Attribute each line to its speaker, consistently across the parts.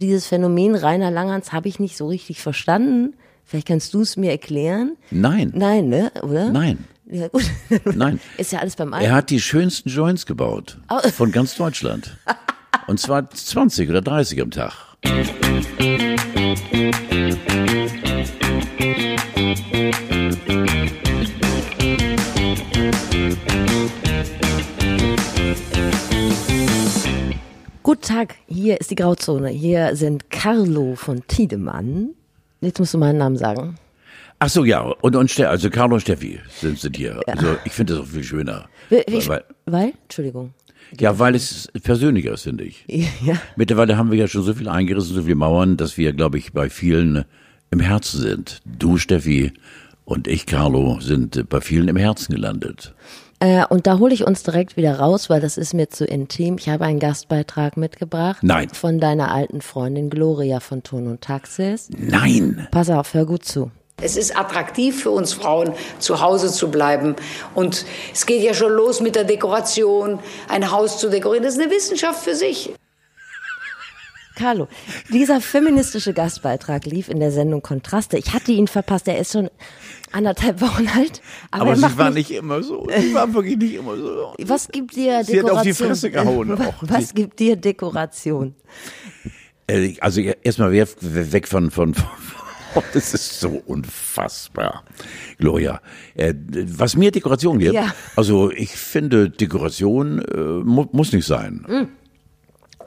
Speaker 1: Dieses Phänomen Rainer Langhans habe ich nicht so richtig verstanden. Vielleicht kannst du es mir erklären.
Speaker 2: Nein,
Speaker 1: Nein, ne? Oder?
Speaker 2: nein,
Speaker 1: Ja, gut.
Speaker 2: nein.
Speaker 1: Ist ja alles beim
Speaker 2: Er
Speaker 1: Alten.
Speaker 2: hat die schönsten Joints gebaut. Von ganz Deutschland. Und zwar 20 oder 30 am Tag.
Speaker 1: Guten Tag, hier ist die Grauzone. Hier sind Carlo von Tiedemann. Jetzt musst du meinen Namen sagen.
Speaker 2: Ach so, ja. Und, und Ste also Carlo und Steffi sind, sind hier. Also ich finde das auch viel schöner.
Speaker 1: Ich,
Speaker 2: weil,
Speaker 1: weil? Entschuldigung.
Speaker 2: ja, weil es persönlicher ist, finde ich.
Speaker 1: Ja.
Speaker 2: Mittlerweile haben wir ja schon so viel eingerissen, so viele Mauern, dass wir, glaube ich, bei vielen im Herzen sind. Du, Steffi, und ich, Carlo, sind äh, bei vielen im Herzen gelandet.
Speaker 1: Äh, und da hole ich uns direkt wieder raus, weil das ist mir zu intim. Ich habe einen Gastbeitrag mitgebracht.
Speaker 2: Nein.
Speaker 1: Von deiner alten Freundin Gloria von Ton und Taxis.
Speaker 2: Nein!
Speaker 1: Pass auf, hör gut zu.
Speaker 3: Es ist attraktiv für uns Frauen, zu Hause zu bleiben. Und es geht ja schon los mit der Dekoration. Ein Haus zu dekorieren, das ist eine Wissenschaft für sich.
Speaker 1: Carlo, dieser feministische Gastbeitrag lief in der Sendung Kontraste. Ich hatte ihn verpasst. Er ist schon anderthalb Wochen alt. Aber, er macht mich-
Speaker 2: immer so. Sie war wirklich nicht immer so.
Speaker 1: Was gibt dir
Speaker 2: Sie hat
Speaker 1: Dekoration? Äh,
Speaker 2: auf die Fresse gehauen auch.
Speaker 1: Was gibt dir Dekoration?
Speaker 2: Äh, Also ja, erstmal wer- weg von, von, von das ist so unfassbar, Gloria. Äh, was mir Dekoration gibt,
Speaker 1: Ja.
Speaker 2: also ich finde Dekoration äh, mu muss nicht sein.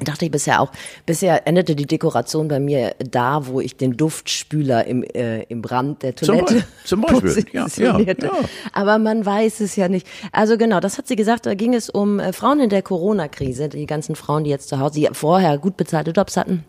Speaker 1: Dachte ich bisher auch. Bisher endete die Dekoration bei mir da, wo ich den Duftspüler im, äh, im Rand der
Speaker 2: Zum
Speaker 1: Toilette
Speaker 2: Be- zum Beispiel, ja,
Speaker 1: positionierte.
Speaker 2: ja, ja.
Speaker 1: Aber man weiß es ja nicht. Also genau, das hat sie gesagt. Da ging es um äh, Frauen in der Corona-Krise. Die ganzen Frauen, die jetzt zu Hause, die vorher gut bezahlte Jobs hatten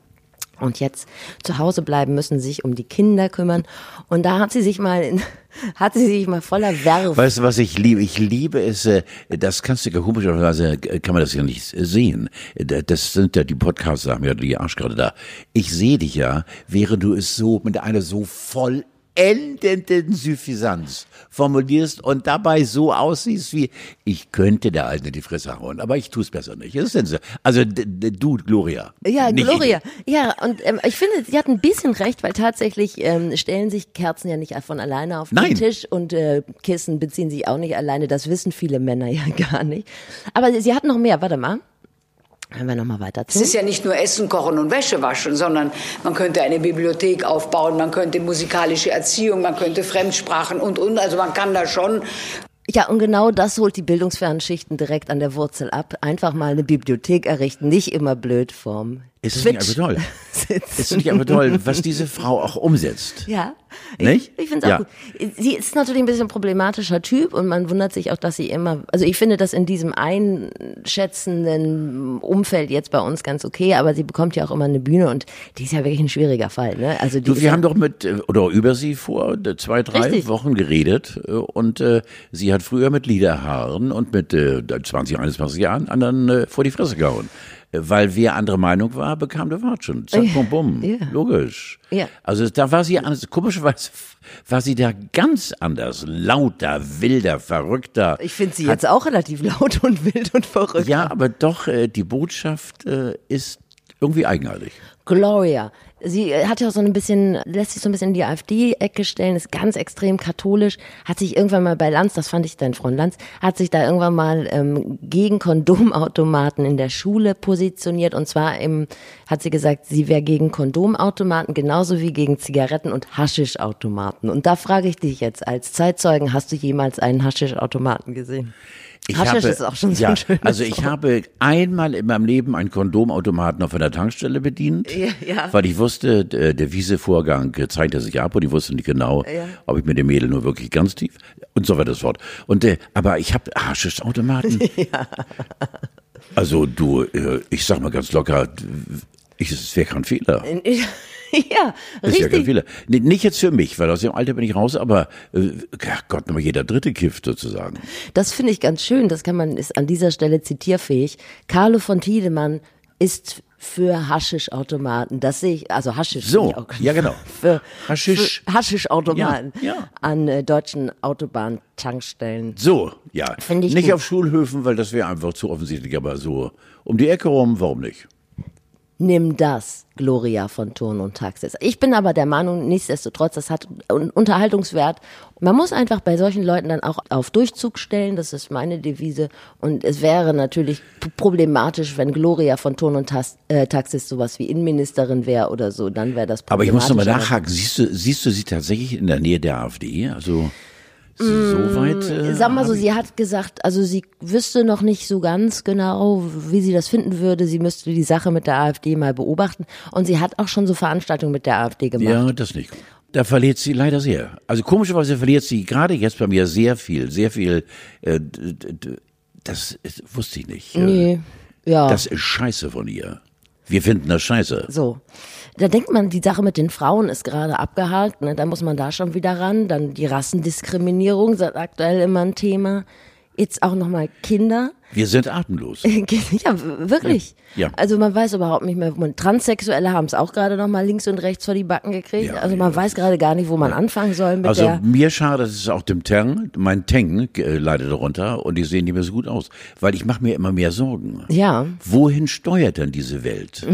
Speaker 1: und jetzt zu Hause bleiben müssen, sich um die Kinder kümmern. Und da hat sie sich mal, in, hat sie sich mal voller Werf.
Speaker 2: Weißt du, was ich liebe? Ich liebe es, äh, das kannst du ja komischerweise, äh, kann man das ja nicht äh, sehen. Äh, da- Das sind ja die Podcasts, haben ja die Arschkarte da. Ich sehe dich ja, während du es so mit einer so vollendenden Suffisanz formulierst und dabei so aussiehst wie, ich könnte der Alten in die Fresse hauen, aber ich tue es besser nicht. Das ist denn so. Also d- d- du, Gloria.
Speaker 1: Ja,
Speaker 2: nicht
Speaker 1: Gloria.
Speaker 2: ich.
Speaker 1: Ja, und ähm, ich finde, sie hat ein bisschen recht, weil tatsächlich ähm, stellen sich Kerzen ja nicht von alleine auf
Speaker 2: Nein.
Speaker 1: den Tisch und äh, Kissen beziehen sich auch nicht alleine. Das wissen viele Männer ja gar nicht. Aber sie, sie hat noch mehr. Warte mal. Hören wir nochmal weiter zu.
Speaker 3: Es ist ja nicht nur Essen kochen und Wäsche waschen, sondern man könnte eine Bibliothek aufbauen, man könnte musikalische Erziehung, man könnte Fremdsprachen und und. Also man kann da schon
Speaker 1: Ja, und genau das holt die bildungsfernen Schichten direkt an der Wurzel ab. Einfach mal eine Bibliothek errichten. Nicht immer blöd vorm
Speaker 2: Ist es nicht
Speaker 1: Twitch
Speaker 2: einfach toll?
Speaker 1: sitzen.
Speaker 2: Ist es nicht einfach toll, was diese Frau auch umsetzt?
Speaker 1: Ja.
Speaker 2: Nicht?
Speaker 1: Ich, ich finde es
Speaker 2: Ja.
Speaker 1: auch gut. Sie ist natürlich ein bisschen ein problematischer Typ und man wundert sich auch, dass sie immer, also ich finde das in diesem einschätzenden Umfeld jetzt bei uns ganz okay, aber sie bekommt ja auch immer eine Bühne und die ist ja wirklich ein schwieriger Fall, ne? Also die
Speaker 2: Du,
Speaker 1: ist
Speaker 2: wir
Speaker 1: ja,
Speaker 2: haben doch mit äh, oder über sie vor äh, zwei, drei
Speaker 1: Richtig.
Speaker 2: Wochen geredet äh, und äh, sie hat früher mit Liederhaaren und mit äh, 20, 21 Jahren anderen äh, vor die Fresse gehauen. Äh, Weil wer andere Meinung war, bekam der Watschen. Zack, bum, bum.
Speaker 1: Ja.
Speaker 2: Logisch.
Speaker 1: Ja.
Speaker 2: Also da war sie anders, komischerweise war sie da ganz anders. Lauter, wilder, verrückter.
Speaker 1: ich finde sie jetzt auch relativ laut und wild und verrückt.
Speaker 2: Ja, aber doch, äh, die Botschaft äh, ist irgendwie eigenartig.
Speaker 1: Gloria. Sie äh, hat ja auch so ein bisschen, lässt sich so ein bisschen in die AfD-Ecke stellen, ist ganz extrem katholisch, hat sich irgendwann mal bei Lanz, das fand ich dein Freund Lanz, hat sich da irgendwann mal ähm, gegen Kondomautomaten in der Schule positioniert und zwar im, hat sie gesagt, sie wäre gegen Kondomautomaten genauso wie gegen Zigaretten und Haschischautomaten. Und da frage ich dich jetzt, als Zeitzeugen, hast du jemals einen Haschischautomaten gesehen?
Speaker 2: Ich
Speaker 1: Haschisch ist auch schon so
Speaker 2: ja,
Speaker 1: ein schönes
Speaker 2: Also ich
Speaker 1: Wort.
Speaker 2: habe einmal in meinem Leben einen Kondomautomaten auf einer Tankstelle bedient, weil ich wusste, d- äh, der Wiesevorgang zeigte sich ab und ich wusste nicht genau, ob ich mit dem Mädel nur wirklich ganz tief und so weiter und so fort. Und äh, aber ich habe Haschischautomaten. Also du, äh, ich sag mal ganz locker, d- ich, es wäre kein Fehler.
Speaker 1: ja,
Speaker 2: Das ist ja kein
Speaker 1: richtig.
Speaker 2: Fehler. Nee, nicht jetzt für mich, weil aus dem Alter bin ich raus, aber äh, ach Gott, nochmal jeder dritte kifft sozusagen.
Speaker 1: Das finde ich ganz schön. Das kann man, ist an dieser Stelle zitierfähig. Carlo von Tiedemann ist für Haschischautomaten. Das sehe ich, also Haschisch.
Speaker 2: So,
Speaker 1: sehe ich auch.
Speaker 2: ja, genau.
Speaker 1: Für
Speaker 2: Haschisch.
Speaker 1: für Haschischautomaten
Speaker 2: Ja, ja.
Speaker 1: an äh, deutschen Autobahntankstellen.
Speaker 2: So, ja.
Speaker 1: Finde ich
Speaker 2: nicht
Speaker 1: gut.
Speaker 2: auf Schulhöfen, weil das wäre einfach zu offensichtlich, aber so um die Ecke rum, warum nicht?
Speaker 1: nimm das, Gloria von Turn und Taxis. Ich bin aber der Meinung, nichtsdestotrotz, das hat einen Unterhaltungswert. Man muss einfach bei solchen Leuten dann auch auf Durchzug stellen, das ist meine Devise. Und es wäre natürlich problematisch, wenn Gloria von Turn und Tas äh, Taxis sowas wie Innenministerin wäre oder so, dann wäre das
Speaker 2: Aber ich muss
Speaker 1: problematisch.
Speaker 2: nochmal nachhaken. Siehst du, siehst du sie tatsächlich in der Nähe der AfD? Also ist sie so weit. Äh,
Speaker 1: Mm, Sag mal so,
Speaker 2: haben-
Speaker 1: sie hat gesagt, also sie wüsste noch nicht so ganz genau, wie sie das finden würde. Sie müsste die Sache mit der AfD mal beobachten. Und sie hat auch schon so Veranstaltungen mit der AfD gemacht.
Speaker 2: Ja, das nicht. Da verliert sie leider sehr. Also komischerweise verliert sie gerade jetzt bei mir sehr viel, sehr viel. Äh, d- d- d- das ist, wusste ich nicht. Äh,
Speaker 1: Nee. Ja.
Speaker 2: Das ist scheiße von ihr. Wir finden das scheiße.
Speaker 1: So. Da denkt man, die Sache mit den Frauen ist gerade abgehakt, ne? da muss man da schon wieder ran. Dann die Rassendiskriminierung, ist aktuell immer ein Thema. Jetzt auch nochmal Kinder.
Speaker 2: Wir sind atemlos.
Speaker 1: ja, w- wirklich.
Speaker 2: Ja. Ja.
Speaker 1: Also man weiß überhaupt nicht mehr, wo man. Transsexuelle haben es auch gerade nochmal links und rechts vor die Backen gekriegt.
Speaker 2: Ja,
Speaker 1: also man
Speaker 2: ja.
Speaker 1: weiß gerade gar nicht, wo man anfangen soll mit
Speaker 2: Also
Speaker 1: der.
Speaker 2: mir schade, dass es auch dem Teng, mein Teng äh, leidet darunter und die sehen nicht mehr so gut aus, weil ich mache mir immer mehr Sorgen.
Speaker 1: Ja. Mhm.
Speaker 2: Wohin steuert denn diese Welt?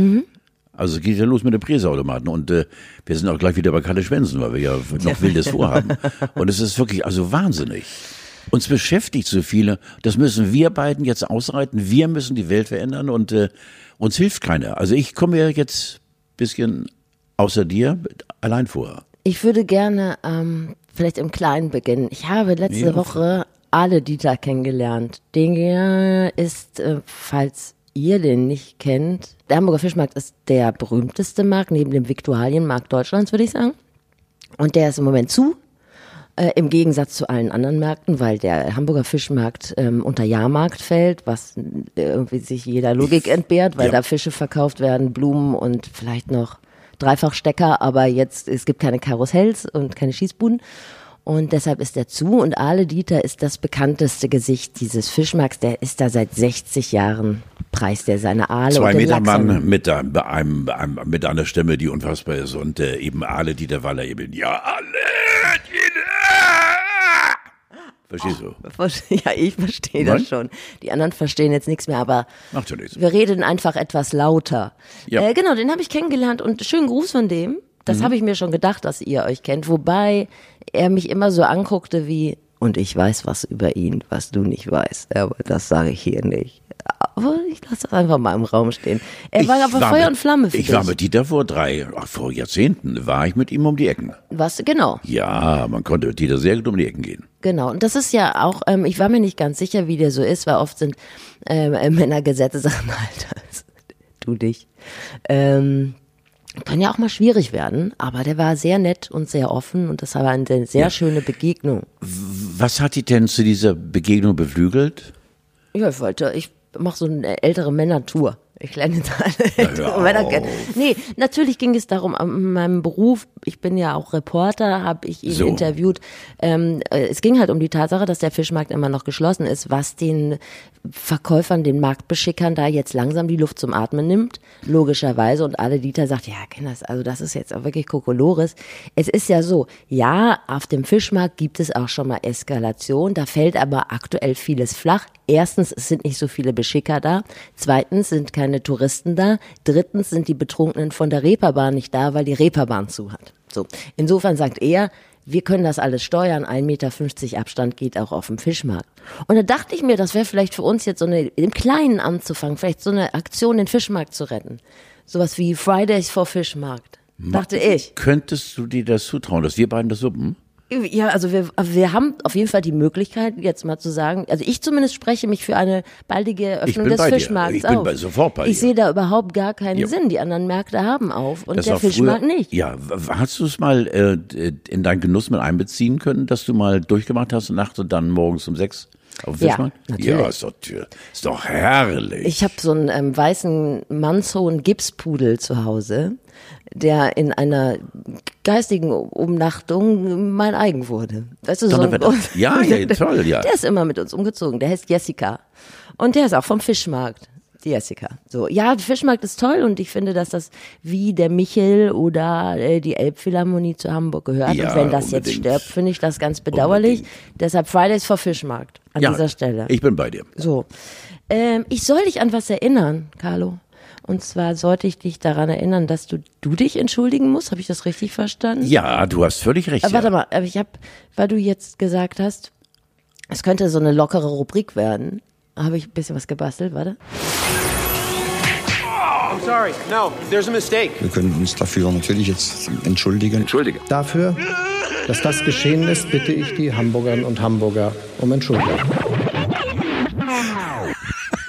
Speaker 2: Also es geht ja los mit den Präseautomaten und äh, wir sind auch gleich wieder bei Kalle Schwensen, weil wir ja noch wildes vorhaben. Und es ist wirklich also wahnsinnig. Uns beschäftigt so viele. Das müssen wir beiden jetzt ausreiten. Wir müssen die Welt verändern und äh, uns hilft keiner. Also ich komme ja jetzt bisschen außer dir allein vor.
Speaker 1: Ich würde gerne ähm, vielleicht im Kleinen beginnen. Ich habe letzte
Speaker 2: Nee, auf-
Speaker 1: Woche alle Dieter kennengelernt. Den ist, äh, falls ihr den nicht kennt, der Hamburger Fischmarkt ist der berühmteste Markt, neben dem Viktualienmarkt Deutschlands, würde ich sagen. Und der ist im Moment zu, äh, im Gegensatz zu allen anderen Märkten, weil der Hamburger Fischmarkt ähm, unter Jahrmarkt fällt, was äh, irgendwie sich jeder Logik entbehrt, weil
Speaker 2: Ja.
Speaker 1: da Fische verkauft werden, Blumen und vielleicht noch Dreifachstecker, aber jetzt, es gibt keine Karussells und keine Schießbuden. Und deshalb ist er zu und Ale Dieter ist das bekannteste Gesicht dieses Fischmarkts. Der ist da seit 60 Jahren, preist er seine Aale
Speaker 2: Zwei
Speaker 1: und den
Speaker 2: Meter
Speaker 1: Lachs an.
Speaker 2: Mann mit einem, bei einem, bei einem, mit einer Stimme, die unfassbar ist und äh, eben Ale Dieter Waller eben. Ja, Ale Dieter! Verstehst du?
Speaker 1: Verste- Ja, ich verstehe das
Speaker 2: Nein?
Speaker 1: schon. Die anderen verstehen jetzt nichts mehr, aber
Speaker 2: Macht ja nichts.
Speaker 1: wir reden einfach etwas lauter.
Speaker 2: Ja. Mhm.
Speaker 1: Äh, genau, den habe ich kennengelernt und schönen Gruß von dem. Das habe ich mir schon gedacht, dass ihr euch kennt. Wobei er mich immer so anguckte wie, und ich weiß was über ihn, was du nicht weißt, aber das sage ich hier nicht. Aber ich lasse das einfach mal im Raum stehen. Er war aber Feuer
Speaker 2: mit-
Speaker 1: und Flamme für
Speaker 2: Ich
Speaker 1: dich.
Speaker 2: war mit Dieter vor drei, ach, vor Jahrzehnten war ich mit ihm um die Ecken.
Speaker 1: Was, genau.
Speaker 2: Ja, man konnte mit Dieter sehr gut um die Ecken gehen.
Speaker 1: Genau, und das ist ja auch, ähm, ich war mir nicht ganz sicher, wie der so ist, weil oft sind ähm, äh, Männer Gesetze Sachen halt, also, du dich. Ähm, kann ja auch mal schwierig werden, aber der war sehr nett und sehr offen und das war eine sehr sehr schöne Begegnung.
Speaker 2: Was hat dich denn zu dieser Begegnung beflügelt?
Speaker 1: Ja, ich wollte, ich mache so eine ältere Männertour. Ich lerne jetzt alle
Speaker 2: hör
Speaker 1: ältere Männer
Speaker 2: auf.
Speaker 1: kennen. Nee, natürlich ging es darum, an meinem Beruf, ich bin ja auch Reporter, habe ich ihn
Speaker 2: So.
Speaker 1: interviewt. Ähm, äh, es ging halt um die Tatsache, dass der Fischmarkt immer noch geschlossen ist, was den Verkäufern, den Marktbeschickern da jetzt langsam die Luft zum Atmen nimmt, logischerweise. Und alle Dieter sagt, ja, Kinders, also das ist jetzt auch wirklich Kokolores. Es ist ja so, ja, auf dem Fischmarkt gibt es auch schon mal Eskalation, da fällt aber aktuell vieles flach. Erstens, es sind nicht so viele Beschicker da. Zweitens sind keine Touristen da. Drittens sind die Betrunkenen von der Reeperbahn nicht da, weil die Reeperbahn zu hat. So. Insofern sagt er, wir können das alles steuern. 1,50 Meter Abstand geht auch auf dem Fischmarkt. Und da dachte ich mir, das wäre vielleicht für uns jetzt so eine, im Kleinen anzufangen, vielleicht so eine Aktion, den Fischmarkt zu retten. Sowas wie Fridays for Fischmarkt. Dachte ich.
Speaker 2: Könntest du dir das zutrauen, dass wir beiden das suppen?
Speaker 1: Ja, also wir, wir haben auf jeden Fall die Möglichkeit, jetzt mal zu sagen, also ich zumindest spreche mich für eine baldige Eröffnung
Speaker 2: bin
Speaker 1: des
Speaker 2: bei dir.
Speaker 1: Fischmarkts
Speaker 2: Ich bin
Speaker 1: auf.
Speaker 2: bei- sofort bei
Speaker 1: ich
Speaker 2: dir.
Speaker 1: sehe da überhaupt gar keinen
Speaker 2: Ja.
Speaker 1: Sinn. Die anderen Märkte haben auf und der
Speaker 2: war früher-
Speaker 1: Fischmarkt nicht.
Speaker 2: Ja, w- hast du es mal äh, d- in deinen Genuss mit einbeziehen können, dass du mal durchgemacht hast nachts und dann morgens um sechs auf dem
Speaker 1: Ja,
Speaker 2: Fischmarkt?
Speaker 1: natürlich.
Speaker 2: ja ist, doch, ist doch herrlich.
Speaker 1: Ich habe so einen ähm, weißen mannshohen Gipspudel zu Hause, der in einer geistigen Umnachtung mein eigen wurde. Weißt du, so ein,
Speaker 2: Donnerwetter. Ja, ja, toll, ja.
Speaker 1: Der ist immer mit uns umgezogen. Der heißt Jessica. Und der ist auch vom Fischmarkt. Die Jessica. So, ja, der Fischmarkt ist toll und ich finde, dass das wie der Michel oder äh, die Elbphilharmonie zu Hamburg gehört.
Speaker 2: Ja,
Speaker 1: und wenn das jetzt
Speaker 2: unbedingt.
Speaker 1: stirbt, finde ich das ganz bedauerlich. Deshalb Fridays for Fischmarkt an
Speaker 2: ja,
Speaker 1: dieser Stelle.
Speaker 2: Ich bin bei dir.
Speaker 1: So. Ähm, ich soll dich an was erinnern, Carlo. Und zwar sollte ich dich daran erinnern, dass du, du dich entschuldigen musst. Habe ich das richtig verstanden?
Speaker 2: Ja, du hast völlig recht.
Speaker 1: Aber
Speaker 2: ja.
Speaker 1: warte mal, aber ich habe, weil du jetzt gesagt hast, es könnte so eine lockere Rubrik werden, habe ich ein bisschen was gebastelt, warte.
Speaker 4: I'm sorry. No, there's a mistake.
Speaker 5: Wir können uns dafür natürlich jetzt entschuldigen. Entschuldige.
Speaker 6: Dafür, dass das geschehen ist, bitte ich die Hamburgerinnen und Hamburger um Entschuldigung.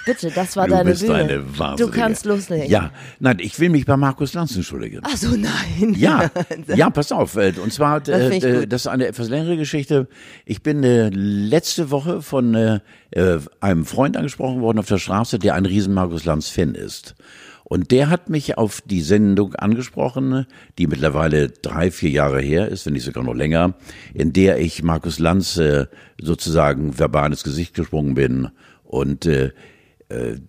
Speaker 1: Bitte, das war
Speaker 2: Du
Speaker 1: deine
Speaker 2: bist
Speaker 1: Bühne.
Speaker 2: eine Wahnsinnige.
Speaker 1: du kannst loslegen.
Speaker 2: Ja, nein, ich will mich bei Markus Lanz entschuldigen.
Speaker 1: Ach so, nein.
Speaker 2: Ja, ja, pass auf. äh, Und zwar, hat,
Speaker 1: Das find ich
Speaker 2: äh,
Speaker 1: gut.
Speaker 2: das ist eine etwas längere Geschichte. Ich bin äh, letzte Woche von äh, äh, einem Freund angesprochen worden auf der Straße, der ein riesen Markus Lanz Fan ist. Und der hat mich auf die Sendung angesprochen, die mittlerweile drei, vier Jahre her ist, wenn nicht sogar noch länger, in der ich Markus Lanz äh, sozusagen verbal ins Gesicht gesprungen bin und äh,